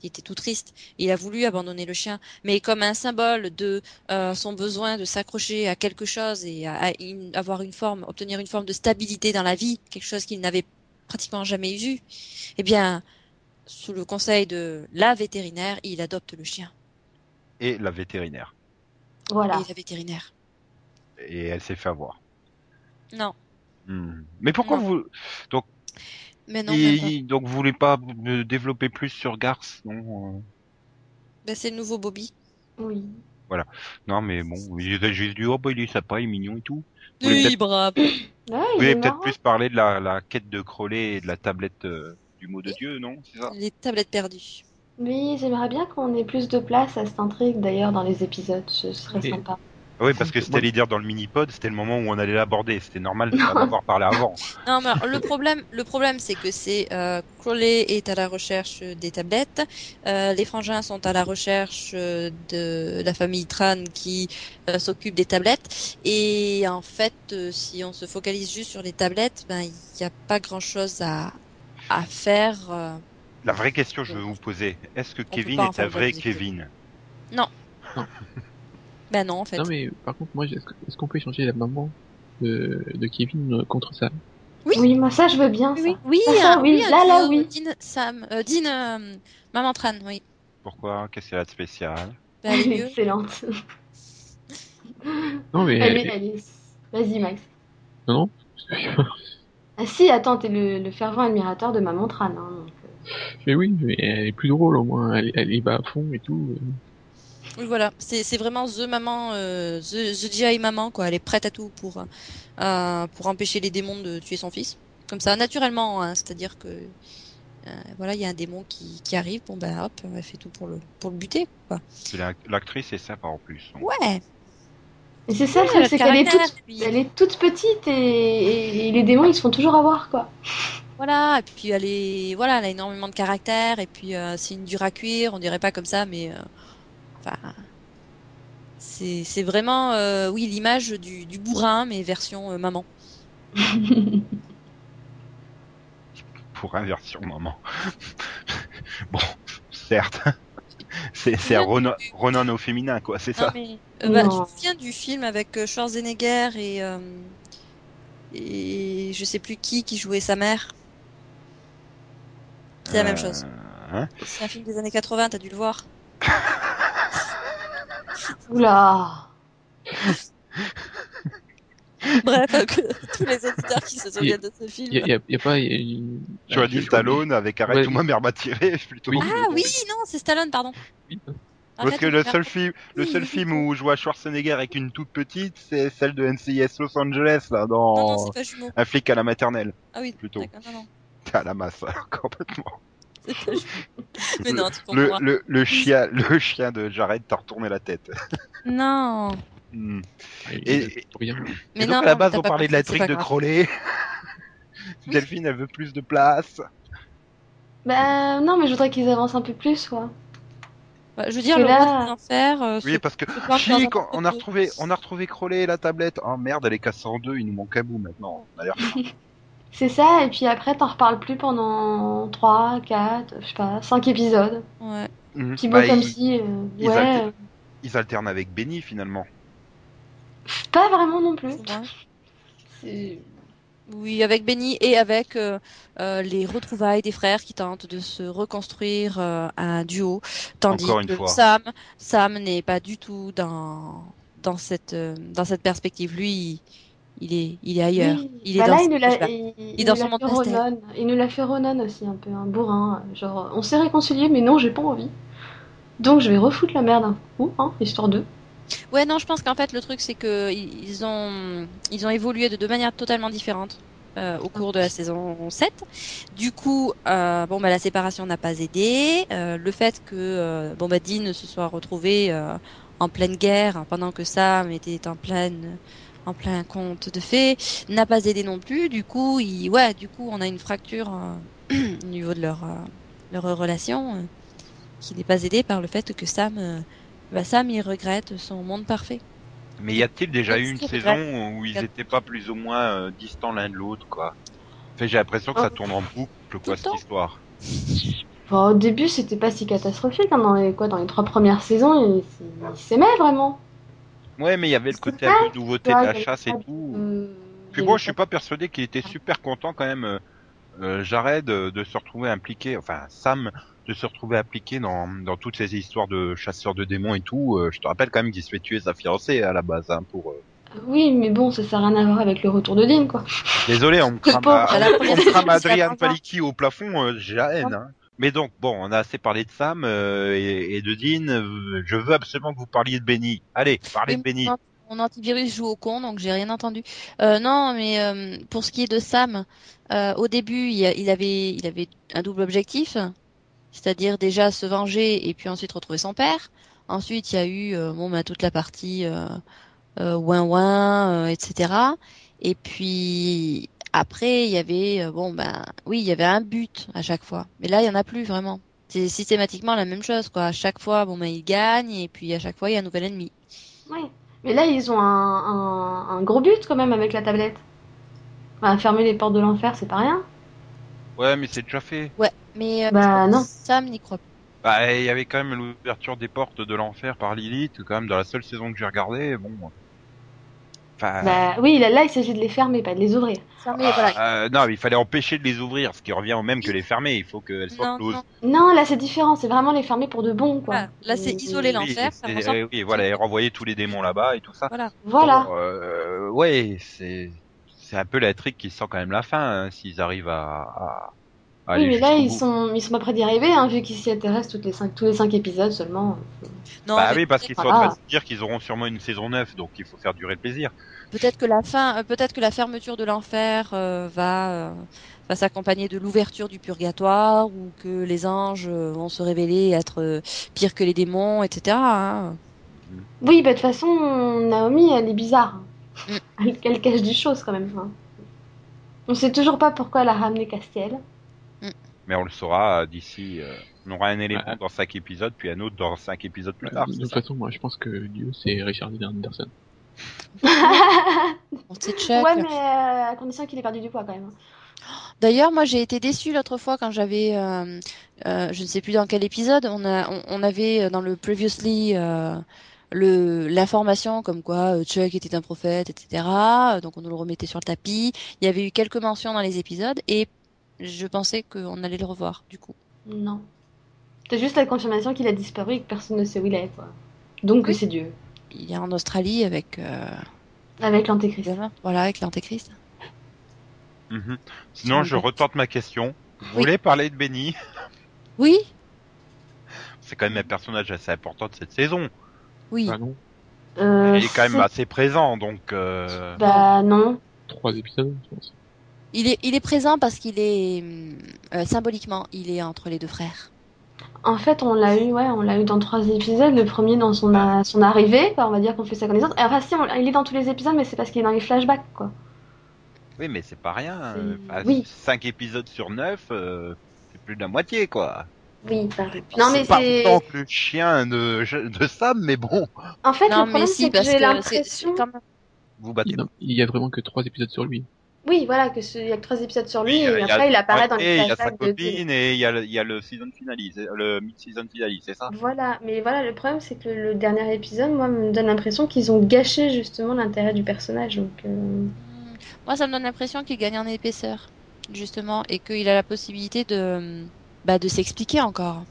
[SPEAKER 2] Il était tout triste. Il a voulu abandonner le chien, mais comme un symbole de euh, son besoin de s'accrocher à quelque chose et à, à une- avoir une forme, obtenir une forme de stabilité dans la vie, quelque chose qu'il n'avait pratiquement jamais eu. Eh bien, sous le conseil de la vétérinaire, il adopte le chien
[SPEAKER 1] Et la vétérinaire.
[SPEAKER 3] Voilà.
[SPEAKER 2] et la vétérinaire.
[SPEAKER 1] Et elle s'est fait avoir.
[SPEAKER 2] Non,
[SPEAKER 1] Hmm. Mais pourquoi
[SPEAKER 2] Non.
[SPEAKER 1] vous
[SPEAKER 2] mais non,
[SPEAKER 1] il-
[SPEAKER 2] même pas.
[SPEAKER 1] il- donc vous voulez pas me développer plus sur Garce non euh,
[SPEAKER 2] Ben, c'est le nouveau Bobby.
[SPEAKER 3] Oui.
[SPEAKER 1] Non mais bon, ils avaient juste dit oh bah il est sympa, il est mignon et tout. Vous voulez
[SPEAKER 2] Oui,
[SPEAKER 1] peut-être-
[SPEAKER 2] brave.
[SPEAKER 3] Ouais,
[SPEAKER 1] Vous
[SPEAKER 3] il est
[SPEAKER 1] voulez peut-être
[SPEAKER 3] marrant.
[SPEAKER 1] plus parler de la, la quête de Crowley et de la tablette euh, du mot de Dieu, non C'est ça
[SPEAKER 2] Les tablettes perdues.
[SPEAKER 3] Oui, j'aimerais bien qu'on ait plus de place à cette intrigue, d'ailleurs, dans les épisodes. Ce serait
[SPEAKER 4] Oui.
[SPEAKER 3] sympa.
[SPEAKER 1] Ah Oui, parce que c'était l'idée dans le mini-pod, c'était le moment où on allait l'aborder. C'était normal de pas en avoir parlé avant.
[SPEAKER 2] Non, mais alors, le problème, le problème, c'est que c'est euh, Crowley est à la recherche des tablettes. euh, les frangins sont à la recherche euh, de la famille Tran qui euh, s'occupe des tablettes. Et en fait, euh, si on se focalise juste sur les tablettes, ben il n'y a pas grand-chose à à faire. euh,
[SPEAKER 1] La vraie question que je veux vous poser, est-ce que
[SPEAKER 2] peut
[SPEAKER 1] Kevin
[SPEAKER 2] pas en
[SPEAKER 1] est
[SPEAKER 2] faire
[SPEAKER 1] un
[SPEAKER 2] une
[SPEAKER 1] vrai
[SPEAKER 2] bonne musique.
[SPEAKER 1] Kevin
[SPEAKER 2] Ben non, en fait.
[SPEAKER 4] Non, mais par contre, moi, est-ce que- est-ce qu'on peut échanger la maman de, de Kevin euh, contre ça
[SPEAKER 2] Oui.
[SPEAKER 3] Oui, moi, ça, je veux bien. ça.
[SPEAKER 2] Oui, oui,
[SPEAKER 3] Ça,
[SPEAKER 2] un-
[SPEAKER 3] ça, oui,
[SPEAKER 2] un
[SPEAKER 3] là, là,
[SPEAKER 2] duo
[SPEAKER 3] oui.
[SPEAKER 2] Dean, Sam, euh, Dean, euh, Maman Tran, oui.
[SPEAKER 1] Pourquoi Qu'est-ce qu'elle a de spécial
[SPEAKER 2] Ben, elle est
[SPEAKER 3] Elle est
[SPEAKER 2] mieux.
[SPEAKER 3] excellente.
[SPEAKER 4] Non, mais...
[SPEAKER 3] Elle est Alice. Vas-y, Max.
[SPEAKER 4] Non, non.
[SPEAKER 3] Ah si, attends, t'es le, le fervent admirateur de ma montrane. Hein, donc, euh,
[SPEAKER 4] mais oui, mais elle est plus drôle, au moins. Elle, elle y va à fond et tout. euh.
[SPEAKER 2] Oui, voilà. C'est c'est vraiment The Maman, euh, the, the GI Maman, quoi. Elle est prête à tout pour, euh, pour empêcher les démons de tuer son fils. Comme ça, naturellement, hein. C'est-à-dire que, euh, voilà, il y a un démon qui, qui arrive. Bon, ben hop, elle fait tout pour le, pour le buter, quoi.
[SPEAKER 1] Puis la- L'actrice est sympa en plus. donc.
[SPEAKER 2] Ouais.
[SPEAKER 3] Et c'est ça le truc,
[SPEAKER 2] le
[SPEAKER 3] c'est qu'elle est,
[SPEAKER 2] caractère,
[SPEAKER 3] toute-
[SPEAKER 2] puis-
[SPEAKER 3] elle est toute petite et, et- et les démons ils se font toujours avoir quoi.
[SPEAKER 2] Voilà. Et puis, elle est, voilà, elle a énormément de caractère. Et puis, euh, c'est une dure à cuire. On dirait pas comme ça, mais, euh, enfin, c'est c'est vraiment, euh, oui, l'image du, du bourrin, mais version euh, maman.
[SPEAKER 1] Pour inversion, maman. bon, certes. C'est c'est un Ronan, Ronan au féminin, quoi, c'est
[SPEAKER 2] Non,
[SPEAKER 1] ça
[SPEAKER 2] mais euh, bah,
[SPEAKER 3] Non.
[SPEAKER 2] tu te souviens du film avec euh, Schwarzenegger et euh, et je sais plus qui qui jouait sa mère. C'est la même chose.
[SPEAKER 1] Euh, hein
[SPEAKER 2] C'est un film des années 80, t'as dû le voir.
[SPEAKER 3] Oula
[SPEAKER 2] Bref, que tous les auditeurs qui se souviennent de ce film.
[SPEAKER 4] Il y, a- y a pas y a une...
[SPEAKER 1] Tu
[SPEAKER 4] un
[SPEAKER 1] as dit
[SPEAKER 4] film
[SPEAKER 1] Stallone avec Arrête
[SPEAKER 4] Ouais.
[SPEAKER 1] ou ma mère m'a tiré, plutôt.
[SPEAKER 4] Oui.
[SPEAKER 2] Ah oui, non, c'est Stallone, pardon. Ah,
[SPEAKER 4] Oui.
[SPEAKER 1] Parce
[SPEAKER 2] Arrête
[SPEAKER 1] que
[SPEAKER 2] de
[SPEAKER 1] le
[SPEAKER 2] faire-
[SPEAKER 1] seul film, le seul film où je vois Schwarzenegger avec une toute petite, c'est celle de NCIS Los Angeles, là,
[SPEAKER 2] Non, non,
[SPEAKER 1] dans
[SPEAKER 2] c'est pas jumeau.
[SPEAKER 1] Un flic à la maternelle.
[SPEAKER 2] Ah oui,
[SPEAKER 1] plutôt.
[SPEAKER 2] d'accord, Non, non,
[SPEAKER 1] À la masse, hein, complètement.
[SPEAKER 2] c'est pas jumeau. Mais non, tu
[SPEAKER 1] Le,
[SPEAKER 2] comprends.
[SPEAKER 1] le, le chien, le chien de Jared t'a retourné la tête.
[SPEAKER 2] Non.
[SPEAKER 4] Mm.
[SPEAKER 1] Hmm.
[SPEAKER 4] Et,
[SPEAKER 1] Et-
[SPEAKER 4] pour rien.
[SPEAKER 2] Mais
[SPEAKER 1] Et
[SPEAKER 2] non,
[SPEAKER 1] donc, à la base,
[SPEAKER 2] t'as
[SPEAKER 1] on
[SPEAKER 2] pas
[SPEAKER 1] parlait de la
[SPEAKER 2] compris, c'est
[SPEAKER 1] trique de
[SPEAKER 2] pas grave.
[SPEAKER 1] Crowley. Delphine, elle veut plus de place.
[SPEAKER 3] Bah non, mais je voudrais qu'ils avancent un peu plus, quoi.
[SPEAKER 2] Ouais, Bah, Je veux dire,
[SPEAKER 3] Parce
[SPEAKER 2] le
[SPEAKER 3] que
[SPEAKER 2] roi
[SPEAKER 3] là-
[SPEAKER 2] des enfers. euh,
[SPEAKER 1] Oui,
[SPEAKER 2] se-
[SPEAKER 1] parce que
[SPEAKER 2] se planque dans un
[SPEAKER 1] Chic, on a
[SPEAKER 2] poteau.
[SPEAKER 1] retrouvé, on a retrouvé Crowley la tablette. Oh merde, elle est cassée en deux, il nous manque un bout maintenant. On a l'air-
[SPEAKER 3] C'est ça, et puis après, t'en reparles plus pendant 3, 4, je sais pas, 5 épisodes.
[SPEAKER 2] Ouais.
[SPEAKER 1] Mhm.
[SPEAKER 3] Petit
[SPEAKER 1] Bah,
[SPEAKER 3] mot comme
[SPEAKER 1] ils,
[SPEAKER 3] si. euh,
[SPEAKER 1] ils
[SPEAKER 3] ouais,
[SPEAKER 1] alternent. ils alternent avec Benny finalement.
[SPEAKER 3] euh, pas vraiment non plus.
[SPEAKER 2] c'est vrai. C'est- Oui, avec Benny et avec euh, euh, les retrouvailles des frères qui tentent de se reconstruire euh, un duo, tandis
[SPEAKER 1] Encore une
[SPEAKER 2] que
[SPEAKER 1] fois.
[SPEAKER 2] Sam, Sam n'est pas du tout dans dans cette euh, dans cette perspective. Lui, il, il est il est ailleurs.
[SPEAKER 3] Oui,
[SPEAKER 2] Il est
[SPEAKER 3] bah
[SPEAKER 2] dans
[SPEAKER 3] là,
[SPEAKER 2] ce-
[SPEAKER 3] il nous l'a
[SPEAKER 2] flashback.
[SPEAKER 3] il- il
[SPEAKER 2] est dans
[SPEAKER 3] nous
[SPEAKER 2] son
[SPEAKER 3] l'a
[SPEAKER 2] monde
[SPEAKER 3] fait
[SPEAKER 2] pastel.
[SPEAKER 3] Ronan. Il nous l'a fait Ronan aussi, un peu, un bourrin. euh, Genre, on s'est réconcilié, mais non, j'ai pas envie. Donc, je vais refoutre la merde un coup, hein, histoire de.
[SPEAKER 2] Ouais, non, je pense qu'en fait le truc c'est que i- ils ont ils ont évolué de deux manières totalement différentes euh, au cours de la saison 7. Du coup, euh, bon bah la séparation n'a pas aidé, euh, le fait que euh, bon bah Dean se soit retrouvé euh, en pleine guerre hein, pendant que Sam était en pleine en plein conte de fées n'a pas aidé non plus. Du coup, il, ouais, du coup, on a une fracture euh, au niveau de leur euh, leur relation euh, qui n'est pas aidée par le fait que Sam euh, bah Sam, il regrette son monde parfait.
[SPEAKER 1] Mais y a-t-il déjà eu une
[SPEAKER 2] Est-ce que-
[SPEAKER 1] saison où ils
[SPEAKER 2] Quatre.
[SPEAKER 1] étaient pas plus ou moins euh, distants l'un de l'autre, quoi Fait, j'ai l'impression que ça tourne en boucle,
[SPEAKER 2] Oh. Tout le
[SPEAKER 1] quoi, cette
[SPEAKER 2] temps.
[SPEAKER 1] histoire.
[SPEAKER 3] Enfin, au début, c'était pas si catastrophique. hein, dans, les, quoi, dans les trois premières saisons, il, il s'aimait vraiment.
[SPEAKER 1] Ouais, mais il y avait le
[SPEAKER 3] C'est
[SPEAKER 1] côté
[SPEAKER 3] ça,
[SPEAKER 1] un peu nouveauté de
[SPEAKER 3] ouais,
[SPEAKER 1] la
[SPEAKER 3] il y a
[SPEAKER 1] chasse et
[SPEAKER 3] pas de-
[SPEAKER 1] tout.
[SPEAKER 3] Euh,
[SPEAKER 1] Puis
[SPEAKER 3] il y
[SPEAKER 1] moi,
[SPEAKER 3] avait
[SPEAKER 1] je suis pas persuadé qu'il était super content quand même, euh, euh, Jared, euh, de se retrouver impliqué, enfin Sam, de se retrouver impliqué dans, dans toutes ces histoires de chasseurs de démons et tout. Euh, je te rappelle quand même qu'il se fait tuer sa fiancée à la base. Hein, pour. euh,
[SPEAKER 3] Oui, mais bon, ça sert à rien à voir avec le retour de Dean, quoi.
[SPEAKER 1] Désolé, on me crame,
[SPEAKER 3] pauvre,
[SPEAKER 1] à-
[SPEAKER 2] à la
[SPEAKER 1] Ah, on-
[SPEAKER 2] première
[SPEAKER 1] on me crame
[SPEAKER 2] fois, jusqu'à
[SPEAKER 1] Adrian
[SPEAKER 2] vingt ans.
[SPEAKER 1] Paliki au plafond, euh, j'ai la haine. Hein. Mais donc, bon, on a assez parlé de Sam euh, et, et de Dean. Euh, Je veux absolument que vous parliez de Benny. Allez, parlez de
[SPEAKER 2] Mais
[SPEAKER 1] Benny.
[SPEAKER 2] mon anti- Mon antivirus joue au con, donc j'ai rien entendu. Euh, non, mais euh, pour ce qui est de Sam, euh, au début, il, a- il avait, il avait un double objectif, c'est-à-dire déjà se venger et puis ensuite retrouver son père. Ensuite, il y a eu euh, bon, bah, toute la partie euh, euh, ouin ouin, euh, etc. Et puis après, il y avait euh, bon ben oui, il y avait un but à chaque fois. Mais là, il y en a plus vraiment. C'est systématiquement la même chose quoi. À chaque fois, bon ben il gagne et puis à chaque fois, il y a un nouvel ennemi.
[SPEAKER 3] Oui. Mais là, ils ont un, un- un gros but quand même avec la tablette. Enfin, fermer les portes de l'enfer, c'est pas rien.
[SPEAKER 1] Ouais, mais c'est déjà fait.
[SPEAKER 2] Ouais, mais euh,
[SPEAKER 3] Bah, non.
[SPEAKER 2] Sam n'y croit pas.
[SPEAKER 1] Bah, il y avait quand même l'ouverture des portes de l'enfer par Lilith, quand même, dans la seule saison que j'ai regardée, bon. Enfin,
[SPEAKER 3] Bah oui, là, là, il s'agit de les fermer, pas de les ouvrir.
[SPEAKER 2] Sam,
[SPEAKER 1] euh,
[SPEAKER 2] mais voilà.
[SPEAKER 1] euh, non, mais il fallait empêcher de les ouvrir, ce qui revient au même que les fermer, il faut qu'elles soient
[SPEAKER 2] Non,
[SPEAKER 1] closes.
[SPEAKER 2] non.
[SPEAKER 3] Non, là, c'est différent. C'est vraiment les fermer pour de bon, quoi.
[SPEAKER 2] Voilà. Là, c'est
[SPEAKER 3] Et-
[SPEAKER 2] isolé, là.
[SPEAKER 1] Oui,
[SPEAKER 2] l'enfer,
[SPEAKER 1] et
[SPEAKER 2] ça
[SPEAKER 1] c'est-
[SPEAKER 2] ressemble-
[SPEAKER 1] euh, oui, voilà, et renvoyer tous les démons là-bas et tout ça.
[SPEAKER 2] Voilà.
[SPEAKER 3] Voilà.
[SPEAKER 1] Bon, euh, ouais, c'est, c'est un peu la trick qui sent quand même la fin, hein, s'ils arrivent à, à, à
[SPEAKER 3] oui,
[SPEAKER 1] aller
[SPEAKER 3] mais là,
[SPEAKER 1] jusqu'au
[SPEAKER 3] ils
[SPEAKER 1] bout.
[SPEAKER 3] sont, ils sont pas près d'y arriver, hein, vu qu'ils s'y intéressent toutes les cinq, tous les cinq épisodes seulement.
[SPEAKER 2] Non,
[SPEAKER 1] Bah
[SPEAKER 2] mais
[SPEAKER 1] oui, parce qu'ils sont en
[SPEAKER 2] peut-être-
[SPEAKER 1] train
[SPEAKER 3] voilà.
[SPEAKER 1] de se dire qu'ils auront sûrement une saison 9, donc il faut faire durer le plaisir.
[SPEAKER 2] Peut-être que la fin, euh, peut-être que la fermeture de l'enfer euh, va, euh, va s'accompagner de l'ouverture du purgatoire ou que les anges euh, vont se révéler être euh, pires que les démons, etc. hein.
[SPEAKER 3] Oui, bah de toute façon, Naomi, elle est bizarre.
[SPEAKER 2] Mm.
[SPEAKER 3] Elle, elle cache des choses quand même. hein. On sait toujours pas pourquoi elle a ramené Castiel.
[SPEAKER 1] Mais on le saura euh, d'ici, euh, on aura un élément
[SPEAKER 4] Ouais.
[SPEAKER 1] dans cinq épisodes, puis un autre dans cinq épisodes plus tard.
[SPEAKER 4] De
[SPEAKER 1] c'est
[SPEAKER 4] toute
[SPEAKER 1] ça
[SPEAKER 4] façon, moi, je pense que Dieu, c'est Richard Dean Anderson.
[SPEAKER 3] ouais,
[SPEAKER 2] On sait check.
[SPEAKER 3] mais euh, à condition qu'il ait perdu du poids quand même. hein.
[SPEAKER 2] D'ailleurs, moi, j'ai été déçue l'autre fois quand j'avais, euh, euh, je ne sais plus dans quel épisode, on a, on, on avait euh, dans le previously euh, le l'information comme quoi euh, Chuck était un prophète, etc. Euh, Donc on nous le remettait sur le tapis. Il y avait eu quelques mentions dans les épisodes et je pensais qu'on allait le revoir du coup.
[SPEAKER 3] Non. C'est juste la confirmation qu'il a disparu et que personne ne sait où il est, quoi. Donc
[SPEAKER 2] Oui.
[SPEAKER 3] c'est Dieu.
[SPEAKER 2] Il est en Australie avec euh,
[SPEAKER 3] Avec l'antéchrist.
[SPEAKER 2] Demain. Voilà, avec l'antéchrist.
[SPEAKER 1] Mhm. Sinon, je retente ma question. Vous voulez parler de Benny
[SPEAKER 2] Oui,
[SPEAKER 1] C'est quand même un personnage assez important de cette saison.
[SPEAKER 2] oui.
[SPEAKER 4] Ah non,
[SPEAKER 3] Euh,
[SPEAKER 1] Il est quand même
[SPEAKER 3] c'est-
[SPEAKER 1] assez présent, donc. euh,
[SPEAKER 3] Bah non.
[SPEAKER 4] trois épisodes, je pense.
[SPEAKER 2] Il est, il est présent parce qu'il est hum, euh, symboliquement, il est entre les deux frères.
[SPEAKER 3] En fait, on l'a eu, ouais, on l'a eu dans trois épisodes. Le premier dans son, a- son arrivée, enfin, on va dire qu'on fait sa connaissance. Et Enfin, si, on- il est dans tous les épisodes, mais c'est parce qu'il est dans les flashbacks, quoi.
[SPEAKER 1] Oui, mais c'est pas rien.
[SPEAKER 3] C'est-
[SPEAKER 1] euh, enfin,
[SPEAKER 3] oui.
[SPEAKER 1] Cinq épisodes sur neuf, euh, c'est plus de la moitié, quoi.
[SPEAKER 3] Oui, Non, mais
[SPEAKER 1] pas
[SPEAKER 3] c'est.
[SPEAKER 1] autant que le chien de, de Sam, mais bon,
[SPEAKER 3] En fait,
[SPEAKER 2] non,
[SPEAKER 3] le
[SPEAKER 2] mais
[SPEAKER 3] problème,
[SPEAKER 2] si,
[SPEAKER 3] c'est que
[SPEAKER 2] parce
[SPEAKER 3] j'ai
[SPEAKER 2] que c'est- c'est
[SPEAKER 3] l'impression.
[SPEAKER 2] quand même.
[SPEAKER 1] vous battez.
[SPEAKER 4] Il- non, Il y a vraiment que trois épisodes sur lui.
[SPEAKER 3] Oui, voilà, que ce- il y a que trois épisodes sur lui,
[SPEAKER 1] Oui, euh,
[SPEAKER 3] et
[SPEAKER 1] y a
[SPEAKER 3] après, il apparaît dans
[SPEAKER 1] Et
[SPEAKER 3] les
[SPEAKER 1] il y a sa
[SPEAKER 3] flashbacks de Dean.
[SPEAKER 1] copine et il y a le, il y a le season finale, c'est- le mid-season finale, c'est ça
[SPEAKER 3] Voilà, mais voilà, le problème, c'est que le dernier épisode, moi, me donne l'impression qu'ils ont gâché justement l'intérêt du personnage. Donc, euh,
[SPEAKER 2] Hum, Moi, ça me donne l'impression qu'il gagne en épaisseur, justement, et qu'il a la possibilité de, hum, bah, de s'expliquer encore.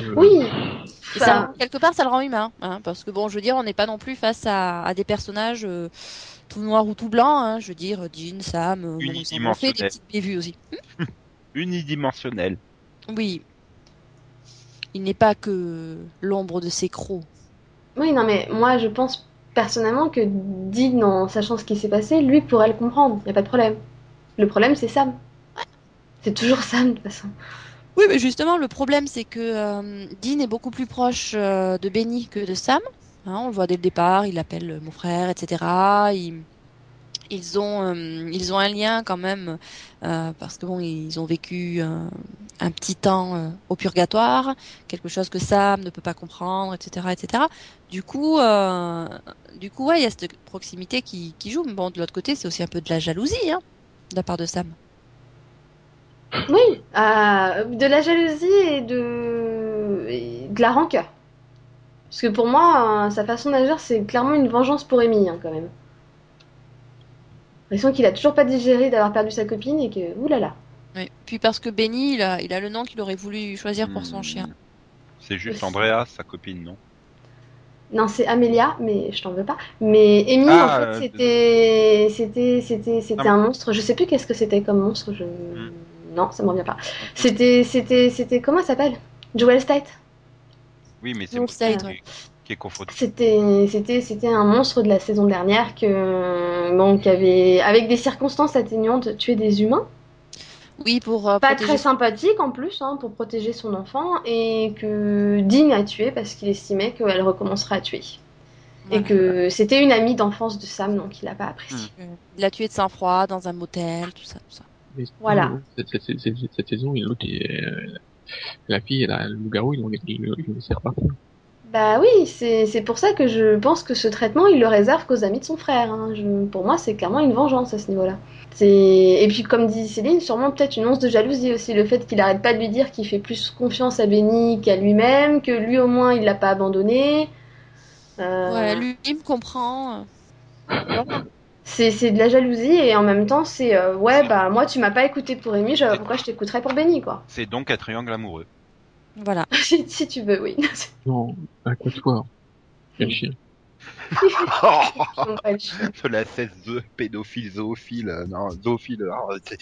[SPEAKER 4] Euh,
[SPEAKER 3] oui.
[SPEAKER 2] Et
[SPEAKER 3] Enfin,
[SPEAKER 2] ça, quelque part, ça le rend humain, hein, parce que bon, je veux dire, on n'est pas non plus face à, à des personnages euh, tout noirs ou tout blancs. hein, je veux dire, Jean, Sam, euh, bon, ils en ont fait des
[SPEAKER 1] Unidimensionnel.
[SPEAKER 2] petites bévues aussi.
[SPEAKER 1] Unidimensionnel.
[SPEAKER 2] Oui, il n'est pas que l'ombre de ses crocs.
[SPEAKER 3] Oui, non, mais moi, je pense personnellement que Dean, en sachant ce qui s'est passé, lui pourrait le comprendre. Il n'y a pas de problème. Le problème, c'est Sam. C'est toujours Sam, de toute façon.
[SPEAKER 2] Oui, mais justement, le problème, c'est que euh, Dean est beaucoup plus proche euh, de Benny que de Sam. Hein, on le voit dès le départ, il appelle euh, mon frère, etc. Ils, ils ont, euh, ils ont un lien quand même, euh, parce que bon, ils ont vécu euh, un petit temps euh, au purgatoire, quelque chose que Sam ne peut pas comprendre, etc., etc. Du coup, euh, du coup, ouais, il y a cette proximité qui, qui joue. Mais bon, de l'autre côté, c'est aussi un peu de la jalousie, hein, de la part de Sam.
[SPEAKER 3] Oui, euh, de la jalousie et de, et de la rancœur. Parce que pour moi, euh, sa façon d'agir, c'est clairement une vengeance pour Amy, hein, quand même. J'ai l'impression qu'il a toujours pas digéré d'avoir perdu sa copine et que. Oulala.
[SPEAKER 2] Oui. Puis parce que Benny, il a, il a le nom qu'il aurait voulu choisir pour son
[SPEAKER 1] Hmm.
[SPEAKER 2] chien.
[SPEAKER 1] C'est juste
[SPEAKER 3] Aussi.
[SPEAKER 1] Andrea, sa copine, non
[SPEAKER 3] Non, c'est Amélia, mais je t'en veux pas. Mais Amy,
[SPEAKER 1] Ah,
[SPEAKER 3] en
[SPEAKER 1] euh, Ah,
[SPEAKER 3] fait, c'était. C'était. C'était. C'était
[SPEAKER 1] Non.
[SPEAKER 3] un monstre. Je sais plus qu'est-ce que c'était comme monstre. Je...
[SPEAKER 1] Hmm.
[SPEAKER 3] Non, ça me revient pas. C'était. C'était. C'était. Comment elle s'appelle Joel State.
[SPEAKER 1] Oui, mais c'est
[SPEAKER 2] Non,
[SPEAKER 1] moi
[SPEAKER 2] ça,
[SPEAKER 1] qui,
[SPEAKER 2] ouais.
[SPEAKER 1] qui est confondu.
[SPEAKER 3] C'était, c'était, c'était un monstre de la saison dernière que, bon, qui avait, avec des circonstances atténuantes, tué des humains.
[SPEAKER 2] Oui, pour euh,
[SPEAKER 3] Pas
[SPEAKER 2] protéger-
[SPEAKER 3] très sympathique en plus, hein, pour protéger son enfant, et que Dean a tué parce qu'il estimait qu'elle recommencerait à tuer.
[SPEAKER 2] Voilà.
[SPEAKER 3] Et que c'était une amie d'enfance de Sam, donc il n'a pas apprécié.
[SPEAKER 2] Il l'a tué de sang-froid dans un motel, tout ça. Tout ça.
[SPEAKER 4] mais-
[SPEAKER 3] Voilà.
[SPEAKER 4] non, Cette, cette, cette, cette- cette saison, il- l'autre, il- euh, la fille, elle a le loup-garou, ils l'ont ils- ils l'ont laissé repartir.
[SPEAKER 3] Bah oui, c'est c'est pour ça que je pense que ce traitement, il le réserve qu'aux amis de son frère. hein. Je- pour moi, c'est clairement une vengeance à ce niveau-là. C'est- Et puis, comme dit Céline, sûrement peut-être une once de jalousie aussi. Le fait qu'il arrête pas de lui dire qu'il fait plus confiance à Benny qu'à lui-même, que lui au moins il l'a pas abandonné. Euh,
[SPEAKER 2] Ouais, lui, il me comprend. euh.
[SPEAKER 3] voilà. C'est c'est de la jalousie et en même temps, c'est euh, ouais, bah moi tu m'as pas écouté pour Amy, je- pourquoi je t'écouterais pour Benny quoi
[SPEAKER 1] C'est donc un triangle amoureux.
[SPEAKER 2] Voilà.
[SPEAKER 3] si, si tu veux, oui.
[SPEAKER 4] Non, un quatuor. Quel chien.
[SPEAKER 3] Non, pas le chien.
[SPEAKER 1] de Oh, la cesse de pédophile, zoophile, euh, non, zoophile. ah, c'est-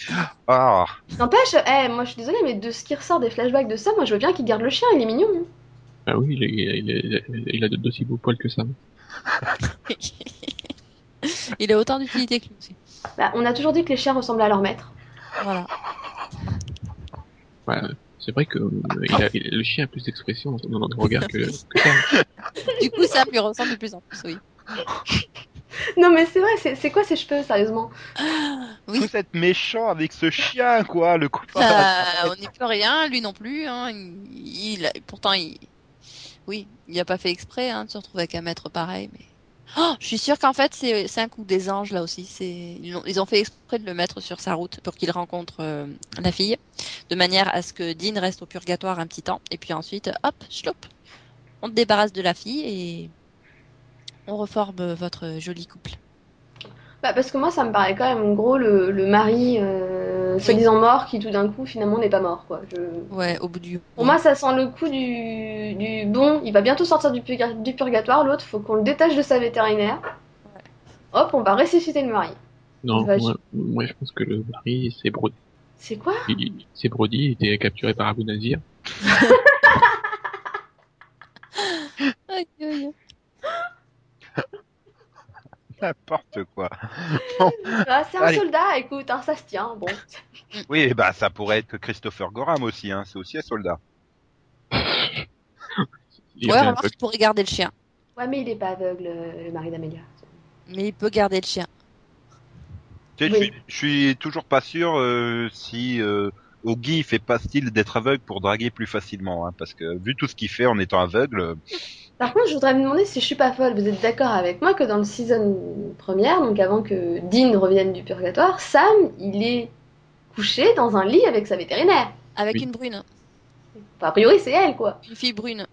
[SPEAKER 1] Ah,
[SPEAKER 3] N'empêche, eh, moi je suis désolée, mais de ce qui ressort des flashbacks de ça, moi je veux bien qu'il garde le chien, il est mignon. hein.
[SPEAKER 4] Ah oui, il, est- il, est- il est- il a d'aussi beaux poils que Sam.
[SPEAKER 2] il a autant d'utilité que lui aussi.
[SPEAKER 3] Bah, on a toujours dit que les chiens ressemblent à leur maître.
[SPEAKER 2] Voilà.
[SPEAKER 4] Ouais, c'est vrai que euh, il a, il- le chien a plus d'expression dans dans notre regard que, que Sam.
[SPEAKER 2] Du coup, ça lui ressemble de plus en plus, oui.
[SPEAKER 3] Non mais c'est vrai, c'est c'est quoi ces cheveux, sérieusement
[SPEAKER 2] Oui.
[SPEAKER 1] Vous êtes méchant avec ce chien, quoi, le copain.
[SPEAKER 2] Euh, on n'y peut rien, lui non plus. Hein. Il, il- pourtant, il, oui, il n'a pas fait exprès hein, de se retrouver avec un maître pareil. Mais Oh, je suis sûre qu'en fait, c'est c'est un coup des anges là aussi. C'est ils ont, ils ont fait exprès de le mettre sur sa route pour qu'il rencontre euh, la fille, de manière à ce que Dean reste au purgatoire un petit temps, et puis ensuite, hop, chloup, on te débarrasse de la fille et on reforme euh, votre joli couple.
[SPEAKER 3] Bah parce que moi ça me paraît quand même gros le, le mari euh, soi-disant mort qui tout d'un coup finalement n'est pas mort quoi. Je-
[SPEAKER 2] Ouais, au bout du.
[SPEAKER 3] Pour moi ça sent le coup du, du bon, il va bientôt sortir du, purga- du purgatoire, l'autre faut qu'on le détache de sa vétérinaire. hop, on va ressusciter le mari.
[SPEAKER 4] Non,
[SPEAKER 3] Vache.
[SPEAKER 4] moi, moi, je pense que le mari, c'est Brody.
[SPEAKER 3] C'est quoi
[SPEAKER 4] Il- C'est Brody, il était capturé par Abu Nazir.
[SPEAKER 2] Aïe, aïe, aïe.
[SPEAKER 1] N'importe quoi.
[SPEAKER 3] Ah, C'est un
[SPEAKER 1] Allez.
[SPEAKER 3] soldat, écoute, hein, ça se tient. Bon.
[SPEAKER 2] Mm.
[SPEAKER 1] Oui, bah ça pourrait être Christopher Gorham aussi, hein. C'est aussi un soldat.
[SPEAKER 4] Il
[SPEAKER 2] Ouais,
[SPEAKER 4] était un
[SPEAKER 2] remarque,
[SPEAKER 4] peu-
[SPEAKER 2] il pourrait garder le chien.
[SPEAKER 3] Ouais, mais il est pas aveugle, euh, le mari d'Amelia.
[SPEAKER 2] Mais il peut garder le chien.
[SPEAKER 1] Tu sais,
[SPEAKER 3] Oui.
[SPEAKER 1] je suis- je suis toujours pas sûr euh, si euh, Oggy fait pas style d'être aveugle pour draguer plus facilement, hein, parce que vu tout ce qu'il fait en étant aveugle, euh,
[SPEAKER 3] Par contre, je voudrais me demander si je suis pas folle. Vous êtes d'accord avec moi que dans le season première, donc avant que Dean revienne du purgatoire, Sam, il est couché dans un lit avec sa vétérinaire.
[SPEAKER 2] Avec
[SPEAKER 4] Oui.
[SPEAKER 2] une brune. hein.
[SPEAKER 3] Enfin, a priori, c'est elle, quoi.
[SPEAKER 2] Une fille brune.
[SPEAKER 3] Euh,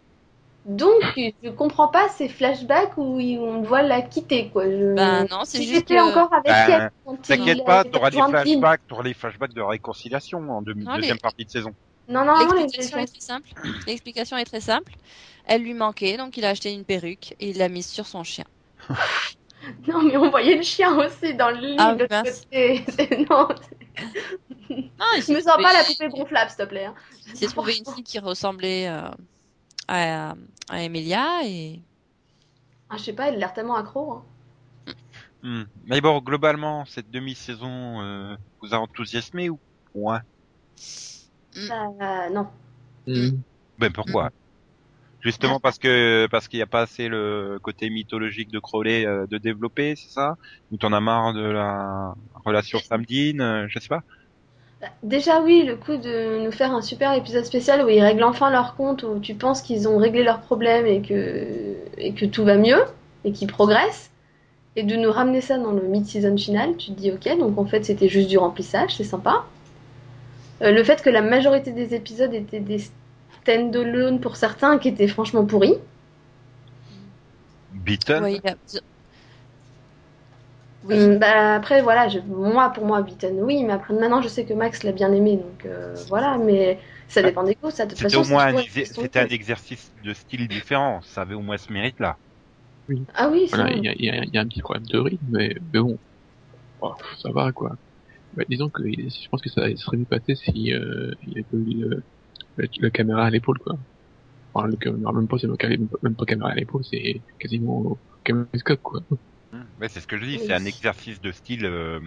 [SPEAKER 3] Donc, je comprends pas ces flashbacks où il- on le voit la quitter, quoi. Je...
[SPEAKER 2] Bah non, c'est
[SPEAKER 3] si
[SPEAKER 2] juste
[SPEAKER 3] j'étais
[SPEAKER 2] que-
[SPEAKER 3] encore avec
[SPEAKER 1] Ben,
[SPEAKER 3] elle. quand il
[SPEAKER 1] t'inquiète
[SPEAKER 3] a-
[SPEAKER 1] pas,
[SPEAKER 3] il a
[SPEAKER 1] t'auras des
[SPEAKER 3] rejoint Dean.
[SPEAKER 1] flashbacks, t'auras les flashbacks de la réconciliation en deux-
[SPEAKER 2] Non,
[SPEAKER 3] Ah,
[SPEAKER 2] les-
[SPEAKER 1] deuxième partie de saison.
[SPEAKER 3] Non, normalement, les
[SPEAKER 2] L'explication est très simple. L'explication est très simple. Elle lui manquait, donc il a acheté une perruque et il l'a mise sur son chien.
[SPEAKER 3] Non, mais on voyait le chien aussi dans le lit
[SPEAKER 2] Ah,
[SPEAKER 3] de l'autre
[SPEAKER 2] mince.
[SPEAKER 3] côté. C'est- Non,
[SPEAKER 2] Non, il
[SPEAKER 3] je me
[SPEAKER 2] s'est
[SPEAKER 3] sens
[SPEAKER 2] trouvé-
[SPEAKER 3] pas la poupée gonflable, s'il te plaît. hein.
[SPEAKER 2] Il s'est trouvé une fille qui ressemblait euh, à, à Emilia et
[SPEAKER 3] Ah, je sais pas, elle a l'air tellement accro. hein.
[SPEAKER 1] Hmm. Mais bon, globalement, cette demi-saison euh, vous a enthousiasmé ou ouais.
[SPEAKER 3] Bah, non.
[SPEAKER 4] Mhm.
[SPEAKER 1] Ben
[SPEAKER 3] Mm-hmm.
[SPEAKER 1] pourquoi Justement parce que parce qu'il n'y a pas assez le côté mythologique de Crowley euh, de développer, c'est ça Ou t'en as marre de la relation Samdine, euh, je sais pas.
[SPEAKER 3] Bah, Déjà, oui, le coup de nous faire un super épisode spécial où ils règlent enfin leur compte, où tu penses qu'ils ont réglé leurs problèmes et que, et que tout va mieux et qu'ils progressent, et de nous ramener ça dans le mid-season final, tu te dis ok, donc en fait c'était juste du remplissage, c'est sympa. Euh, le fait que la majorité des épisodes étaient des stand-alone pour certains qui étaient franchement pourris.
[SPEAKER 1] Beaton.
[SPEAKER 2] Ouais, il a- Oui.
[SPEAKER 3] Hum, bah, après, voilà, je- moi, pour moi, Beaton, oui, mais après, maintenant, je sais que Max l'a bien aimé, donc euh, voilà, mais ça dépend des goûts, ça, de toute
[SPEAKER 1] C'était
[SPEAKER 3] façon.
[SPEAKER 1] Bah, au moins
[SPEAKER 3] c'est
[SPEAKER 1] un,
[SPEAKER 3] toujours une
[SPEAKER 1] exer-
[SPEAKER 3] question de
[SPEAKER 1] c'était un
[SPEAKER 3] goût.
[SPEAKER 1] exercice de style différent. Ça avait au moins ce mérite-là.
[SPEAKER 3] Ah oui, c'est
[SPEAKER 4] Voilà,
[SPEAKER 3] vrai.
[SPEAKER 4] il y a, il y a- il y a un petit problème de rythme, mais, mais bon, Oh, ça va quoi. Bah, disons que je pense que ça ça serait mieux passé si euh, il y avait pas eu le, le- la caméra à l'épaule quoi. Enfin, le, cam- même pas c'est même, pas- même pas caméra à l'épaule, c'est quasiment au caméscope quoi.
[SPEAKER 1] Mais c'est ce que je dis.
[SPEAKER 3] Oui.
[SPEAKER 1] C'est un exercice de style euh,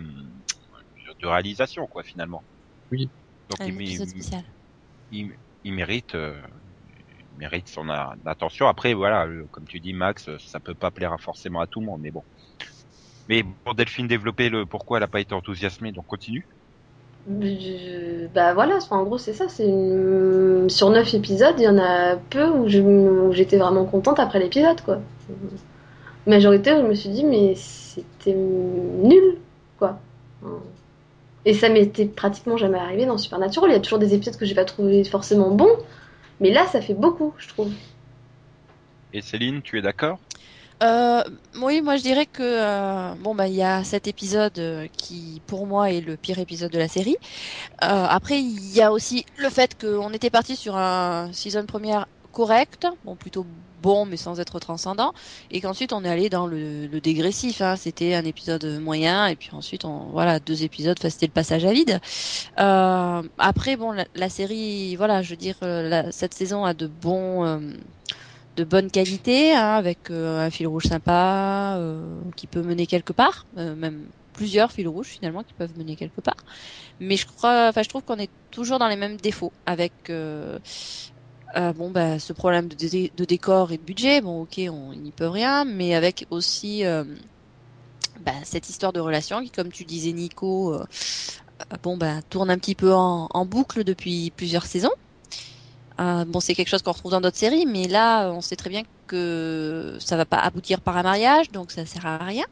[SPEAKER 1] de réalisation, quoi, finalement.
[SPEAKER 4] Oui.
[SPEAKER 1] Donc
[SPEAKER 2] un
[SPEAKER 1] il, mé-
[SPEAKER 2] épisode spécial.
[SPEAKER 1] il- il mérite, euh, il mérite son a- attention. Après, voilà, euh, comme tu dis, Max, euh, ça peut pas plaire à- forcément à tout le monde, mais bon. Mais pour Delphine développer le pourquoi elle a pas été enthousiasmée, donc continue.
[SPEAKER 3] Je- Bah voilà, enfin, en gros, c'est ça. C'est une- Sur 9 épisodes, il y en a peu où je- où j'étais vraiment contente après l'épisode, quoi. Majorité où je me suis dit, mais c'était nul, quoi. Et ça m'était pratiquement jamais arrivé dans Supernatural. Il y a toujours des épisodes que j'ai pas trouvé forcément bons, mais là, ça fait beaucoup, je trouve.
[SPEAKER 1] Et Céline, tu es d'accord
[SPEAKER 2] Euh, oui, moi je dirais que euh, bon bah il y a cet épisode euh, qui pour moi est le pire épisode de la série. Euh, après il y a aussi le fait qu'on était parti sur un season première correct, bon plutôt bon mais sans être transcendant, et qu'ensuite on est allé dans le, le dégressif. Hein. C'était un épisode moyen et puis ensuite on voilà deux épisodes, enfin c'était le passage à vide. Euh, après bon la, la série, voilà je veux dire euh, la- cette saison a de bons euh, de bonne qualité, hein, avec euh, un fil rouge sympa euh, qui peut mener quelque part, euh, même plusieurs fils rouges finalement qui peuvent mener quelque part. Mais je crois, enfin je trouve qu'on est toujours dans les mêmes défauts avec euh, euh, bon bah ce problème de, dé- de décor et de budget. Bon ok, on n'y peut rien, mais avec aussi euh, bah, cette histoire de relation qui, comme tu disais Nico, euh, euh, bon bah tourne un petit peu en, en boucle depuis plusieurs saisons. Euh, bon, c'est quelque chose qu'on retrouve dans d'autres séries, mais là, euh, on sait très bien que ça va pas aboutir par un mariage, donc ça sert à rien.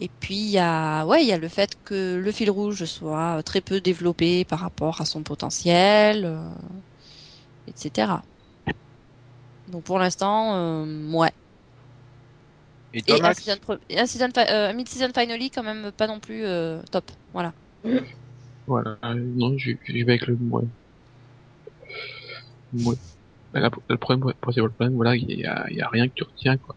[SPEAKER 2] Et puis il y a, ouais, il y a le fait que le fil rouge soit euh, très peu développé par rapport à son potentiel, euh, etc. Donc pour l'instant, euh, ouais.
[SPEAKER 1] Et toi,
[SPEAKER 2] Et un
[SPEAKER 1] Max
[SPEAKER 2] season, pro- et un season fi- euh, un mid-season finally quand même pas non plus euh, top. Voilà.
[SPEAKER 4] Voilà, euh, non, je je vais avec le moi. Moi. Bah, la- le problème, ouais, principal problème, voilà, il y a, il y a rien que tu retiens quoi.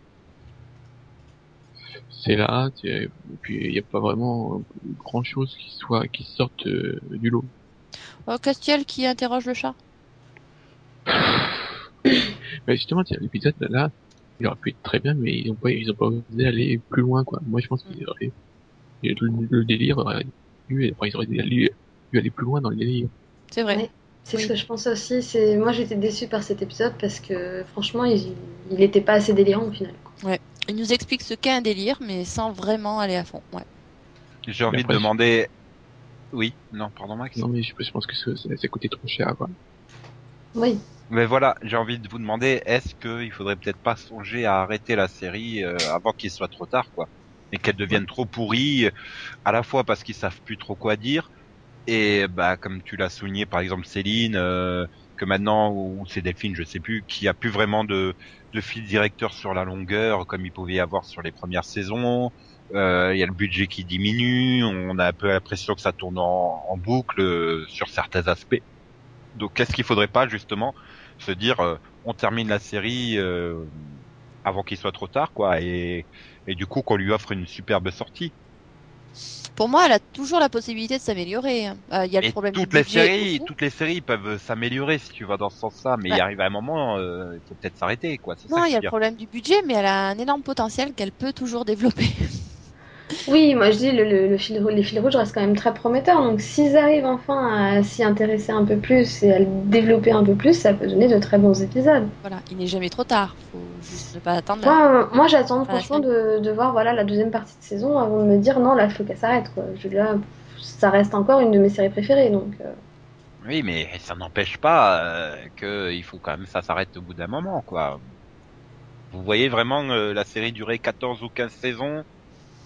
[SPEAKER 4] c'est là, tu- et puis il n'y a pas vraiment grand chose qui soit qui sorte euh, du lot.
[SPEAKER 2] Oh, Castiel qui interroge le chat.
[SPEAKER 4] Mais justement, tiens, l'épisode là, il aurait pu être très bien, mais ils ont pas, ils ont pas osé aller plus loin, quoi. Moi, je pense qu'ils auraient et le, le délire, aurait dû- enfin, ils auraient dû aller, dû aller plus loin dans le délire.
[SPEAKER 2] C'est vrai.
[SPEAKER 3] Ouais. C'est
[SPEAKER 2] Oui.
[SPEAKER 3] ce que je pensais aussi. C'est moi j'étais déçue par cet épisode parce que franchement il il n'était pas assez délirant au final. quoi.
[SPEAKER 2] Il nous explique ce qu'est un délire, mais sans vraiment aller à fond. Ouais.
[SPEAKER 1] J'ai envie de
[SPEAKER 4] après-
[SPEAKER 1] demander. Oui, non, pardon Max.
[SPEAKER 4] Non, mais je, je pense que ça, ça, ça coûtait trop cher, quoi.
[SPEAKER 3] Oui.
[SPEAKER 1] Mais voilà, j'ai envie de vous demander, est-ce que il faudrait peut-être pas songer à arrêter la série euh, avant qu'il soit trop tard, quoi, et qu'elle devienne trop pourrie, euh, à la fois parce qu'ils savent plus trop quoi dire, et bah comme tu l'as souligné, par exemple Céline, euh, que maintenant ou c'est Delphine, je sais plus, qui a plus vraiment de de fil directeur sur la longueur comme il pouvait y avoir sur les premières saisons. Euh, Il y a le budget qui diminue, on a un peu l'impression que ça tourne en, en boucle euh, sur certains aspects. Donc, qu'est-ce qu'il faudrait pas justement se dire euh, on termine la série euh, avant qu'il soit trop tard quoi et et du coup qu'on lui offre une superbe sortie.
[SPEAKER 2] Pour moi, elle a toujours la possibilité de s'améliorer. hein. Euh, Il y a le
[SPEAKER 1] Et
[SPEAKER 2] problème
[SPEAKER 1] toutes
[SPEAKER 2] du
[SPEAKER 1] les
[SPEAKER 2] budget
[SPEAKER 1] séries,
[SPEAKER 2] aussi.
[SPEAKER 1] toutes les séries peuvent s'améliorer si tu vas dans ce sens-là, mais il
[SPEAKER 2] Ouais.
[SPEAKER 1] arrive à un moment, euh, il faut peut-être s'arrêter quoi. C'est ça
[SPEAKER 2] Non,
[SPEAKER 1] que
[SPEAKER 2] il
[SPEAKER 1] je veux
[SPEAKER 2] y a le
[SPEAKER 1] dire.
[SPEAKER 2] problème du budget, mais elle a un énorme potentiel qu'elle peut toujours développer.
[SPEAKER 3] Oui, moi je dis le, le- le fil, les fils rouges restent quand même très prometteurs. Donc s'ils arrivent enfin à s'y intéresser un peu plus et à le développer un peu plus, ça peut donner de très bons épisodes.
[SPEAKER 2] voilà, il n'est jamais trop tard. Faut juste ne pas attendre. la-
[SPEAKER 3] Moi, moi j'attends
[SPEAKER 2] Voilà,
[SPEAKER 3] franchement de, de voir voilà la deuxième partie de saison avant de me dire non là faut qu'elle s'arrête quoi. Je, là, ça reste encore une de mes séries préférées donc. euh,
[SPEAKER 1] Oui, mais ça n'empêche pas euh, que il faut quand même ça s'arrête au bout d'un moment quoi. Vous voyez vraiment euh, la série durer 14 ou 15 saisons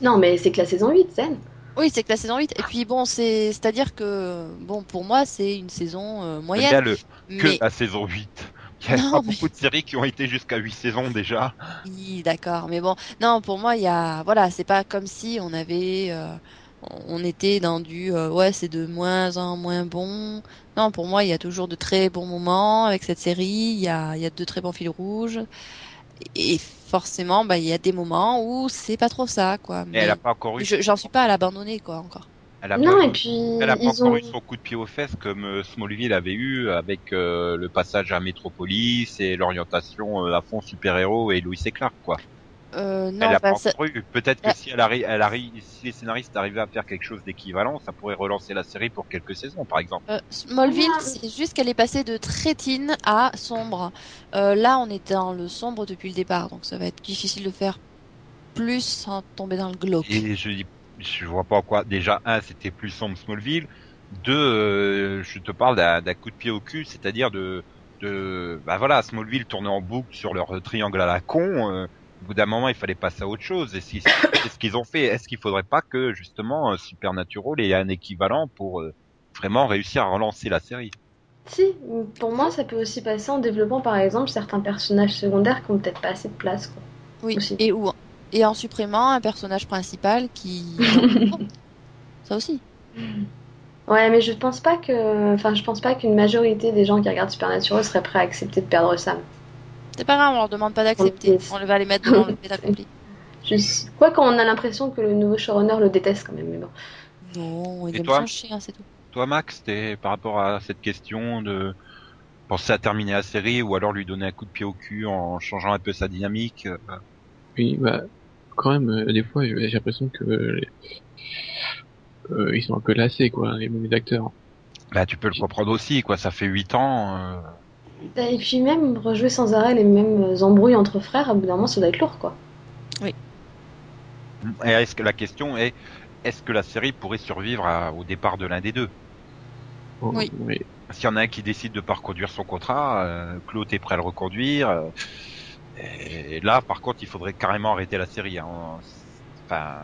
[SPEAKER 3] Non mais c'est que la saison 8, Zen.
[SPEAKER 2] Oui, c'est que la saison 8. Et puis bon, c'est c'est à dire que bon pour moi c'est une saison euh, moyenne.
[SPEAKER 1] Regarde-le, Eh
[SPEAKER 2] Mais,
[SPEAKER 1] que la saison 8. Il y a
[SPEAKER 2] Non,
[SPEAKER 1] pas
[SPEAKER 2] mais-
[SPEAKER 1] beaucoup de séries qui ont été jusqu'à 8 saisons déjà.
[SPEAKER 2] Oui, d'accord. Mais bon, non pour moi il y a voilà c'est pas comme si on avait euh, on était dans du euh, ouais c'est de moins en moins bon. Non pour moi il y a toujours de très bons moments avec cette série. Il y a il y a de très bons fils rouges. Et forcément bah il y a des moments où c'est pas trop ça quoi.
[SPEAKER 1] Et elle
[SPEAKER 2] Mais
[SPEAKER 1] a pas encore eu.
[SPEAKER 2] je- j'en suis pas à l'abandonner quoi encore.
[SPEAKER 1] Elle a
[SPEAKER 3] Non
[SPEAKER 1] pas eu-
[SPEAKER 3] et puis
[SPEAKER 1] elle a pas
[SPEAKER 3] ils
[SPEAKER 1] encore
[SPEAKER 3] ont.
[SPEAKER 1] eu son coup de pied aux fesses comme euh, Smallville avait eu avec euh, le passage à Metropolis et l'orientation euh, à fond super-héros et Louis et Clark quoi.
[SPEAKER 2] Euh,
[SPEAKER 1] elle
[SPEAKER 2] non
[SPEAKER 1] a
[SPEAKER 2] bah,
[SPEAKER 1] pas
[SPEAKER 2] ça-
[SPEAKER 1] encore eu. Peut-être que
[SPEAKER 2] Ouais.
[SPEAKER 1] si elle arrive, elle arrive, si les scénaristes arrivaient à faire quelque chose d'équivalent, ça pourrait relancer la série pour quelques saisons par exemple.
[SPEAKER 2] Euh, Smallville,
[SPEAKER 3] Ah.
[SPEAKER 2] c'est juste qu'elle est passée de trétine à sombre. Euh, là, on est dans le sombre depuis le départ, donc ça va être difficile de faire plus sans tomber dans le glauque.
[SPEAKER 1] Et je dis, je vois pas quoi. Déjà, un, c'était plus sombre Smallville. Deux, euh, je te parle d'un d'un coup de pied au cul, c'est-à-dire de, de, bah voilà, Smallville tournait en boucle sur leur triangle à la con. euh, au bout d'un moment, il fallait passer à autre chose. Et si, c'est ce qu'ils ont fait. Est-ce qu'il faudrait pas que justement euh, Supernatural ait un équivalent pour euh, vraiment réussir à relancer la série
[SPEAKER 3] Si, pour moi, ça peut aussi passer en développant par exemple certains personnages secondaires qui ont peut-être pas assez de place. Quoi.
[SPEAKER 2] Oui,
[SPEAKER 3] Aussi.
[SPEAKER 2] et où Et en supprimant un personnage principal qui. ça aussi.
[SPEAKER 3] Ouais, mais je pense pas que, enfin, je pense pas qu'une majorité des gens qui regardent Supernatural seraient prêts à accepter de perdre Sam.
[SPEAKER 2] C'est pas grave, on leur demande pas d'accepter.
[SPEAKER 3] Ok.
[SPEAKER 2] On va les mettre dans le fait accompli.
[SPEAKER 3] Je... Quoi qu'on on a l'impression que le nouveau showrunner le déteste quand même, mais bon.
[SPEAKER 2] Non, ils
[SPEAKER 1] Et
[SPEAKER 2] aiment
[SPEAKER 1] toi
[SPEAKER 2] son chien, hein, c'est tout.
[SPEAKER 1] Toi, Max, t'es par rapport à cette question de penser à terminer la série ou alors lui donner un coup de pied au cul en changeant un peu sa dynamique euh,
[SPEAKER 4] Oui, bah, quand même, euh, des fois, j'ai j'ai l'impression que euh, euh, ils sont un peu lassés, quoi, les mauvais acteurs.
[SPEAKER 1] Bah, tu peux le comprendre aussi, quoi. Ça fait huit ans. euh,
[SPEAKER 3] Bah, Et puis même rejouer sans arrêt les mêmes euh, embrouilles entre frères, au bout d'un moment, ça doit être lourd, quoi.
[SPEAKER 1] Et est-ce que la question est, est-ce que la série pourrait survivre à- au départ de l'un des deux
[SPEAKER 4] Oh,
[SPEAKER 2] Oui.
[SPEAKER 4] Mais,
[SPEAKER 1] S'il y en a un qui décide de pas reconduire son contrat, euh, Claude est prêt à le reconduire. euh, et là, par contre, il faudrait carrément arrêter la série. hein. Enfin,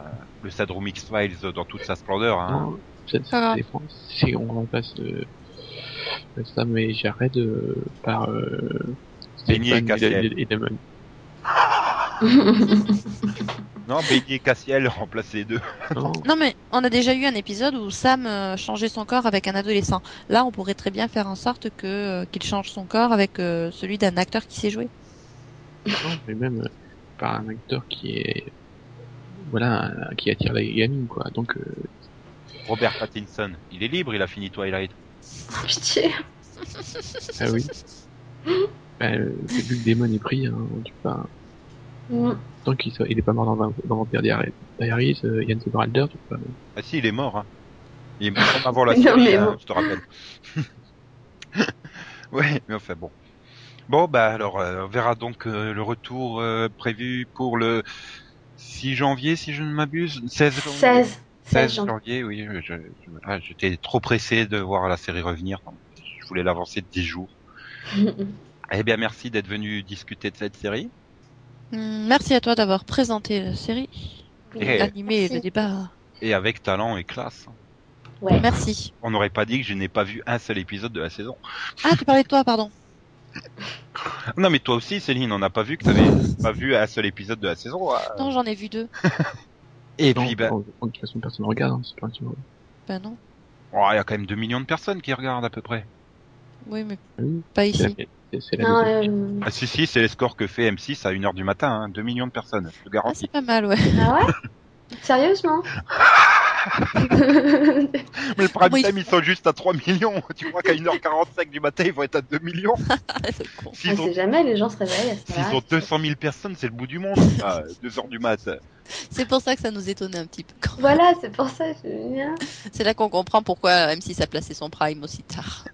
[SPEAKER 1] le syndrome X-Files dans toute sa splendeur. Hein.
[SPEAKER 4] non, ça,
[SPEAKER 2] Ça va.
[SPEAKER 4] ça dépend. Si on remplace euh, ça, mais j'arrête euh, par euh,
[SPEAKER 1] Penny et
[SPEAKER 4] Stéphane
[SPEAKER 1] Cassiel.
[SPEAKER 4] et Damon.
[SPEAKER 1] Non, Peggy et Cassiel remplacent les deux.
[SPEAKER 4] Non,
[SPEAKER 2] Non mais on a déjà eu un épisode où Sam euh, changeait son corps avec un adolescent. Là, on pourrait très bien faire en sorte que euh, qu'il change son corps avec euh, celui d'un acteur qui sait jouer.
[SPEAKER 4] non, mais même euh, par un acteur qui est voilà, un- qui attire les gamines, quoi. Donc, euh,
[SPEAKER 1] Robert Pattinson, il est libre, il a fini Twilight.
[SPEAKER 3] Oh, pitié.
[SPEAKER 4] ah oui. Ben, euh, vu que le démon est pris, hein, tu peux pas...
[SPEAKER 3] Mm.
[SPEAKER 4] Tant qu'il soit- il est pas mort dans, Vamp- dans Vampire Diaries, Diaries euh, Ian Somerhalder, tu peux pas...
[SPEAKER 1] Ah si, il est mort. Hein. Il est mort avant la
[SPEAKER 3] Non,
[SPEAKER 1] série,
[SPEAKER 3] mais
[SPEAKER 1] hein,
[SPEAKER 3] bon.
[SPEAKER 1] je te rappelle. ouais, mais enfin bon. Bon, bah alors, euh, on verra donc euh, le retour euh, prévu pour le 6 janvier, si je ne m'abuse. 16 janvier.
[SPEAKER 3] 16.
[SPEAKER 1] 16
[SPEAKER 3] 16 janvier.
[SPEAKER 1] janvier, oui. je- je- ah, J'étais trop pressé de voir la série revenir. Je voulais l'avancer de 10 jours. Eh bien, merci d'être venu discuter de cette série.
[SPEAKER 2] Hum, Merci à toi d'avoir présenté la série,
[SPEAKER 1] Eh.
[SPEAKER 2] animé
[SPEAKER 3] Merci.
[SPEAKER 2] le débat.
[SPEAKER 1] Et avec talent et classe.
[SPEAKER 3] Ouais.
[SPEAKER 2] Merci.
[SPEAKER 1] On n'aurait pas dit que je n'ai pas vu un seul épisode de la saison.
[SPEAKER 2] Ah, tu parlais de toi, pardon.
[SPEAKER 1] Non, mais toi aussi, Céline, on n'a pas vu que t'avais pas vu un seul épisode de la saison. hein.
[SPEAKER 2] Non, j'en ai vu deux.
[SPEAKER 1] Et
[SPEAKER 4] Non,
[SPEAKER 1] puis, ben,
[SPEAKER 4] en- en- de toute façon, personne ne regarde, hein, c'est pas un petit moment.
[SPEAKER 2] Ben non.
[SPEAKER 1] oh, il y a quand même 2 millions de personnes qui regardent à peu près.
[SPEAKER 2] Oui, mais
[SPEAKER 4] Oui,
[SPEAKER 2] pas
[SPEAKER 4] c'est la,
[SPEAKER 2] ici.
[SPEAKER 4] c'est- c'est la
[SPEAKER 3] Non,
[SPEAKER 4] maison.
[SPEAKER 3] euh,
[SPEAKER 1] Ah, si, si, c'est les scores que fait M6 à 1h du matin. Hein. 2 millions de personnes, je te
[SPEAKER 2] Ah,
[SPEAKER 1] garantis.
[SPEAKER 2] c'est pas mal, ouais.
[SPEAKER 3] Ah ouais Sérieusement
[SPEAKER 1] mais le prime
[SPEAKER 2] Oui.
[SPEAKER 1] time, ils sont juste à 3 millions. Tu crois qu'à 1h45 du matin, ils vont être à 2 millions
[SPEAKER 2] Le con.
[SPEAKER 3] On
[SPEAKER 1] S'ils ont,
[SPEAKER 3] sait jamais, les gens se réveillent à ce
[SPEAKER 1] s'ils
[SPEAKER 3] moment-là.
[SPEAKER 1] ont 200 000 personnes, c'est le bout du monde. 2h du mat.
[SPEAKER 2] c'est pour ça que ça nous étonnait un petit peu. quand même.
[SPEAKER 3] Voilà, c'est pour ça. je veux dire.
[SPEAKER 2] C'est là qu'on comprend pourquoi M6 a placé son prime aussi tard.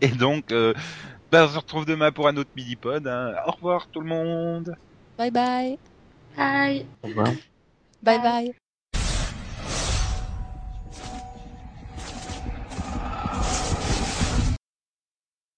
[SPEAKER 1] Et donc, euh, ben, on se retrouve demain pour un autre midi-pod. hein. Au revoir tout le monde.
[SPEAKER 2] Bye bye.
[SPEAKER 3] Aïe.
[SPEAKER 4] Au revoir.
[SPEAKER 2] Bye bye.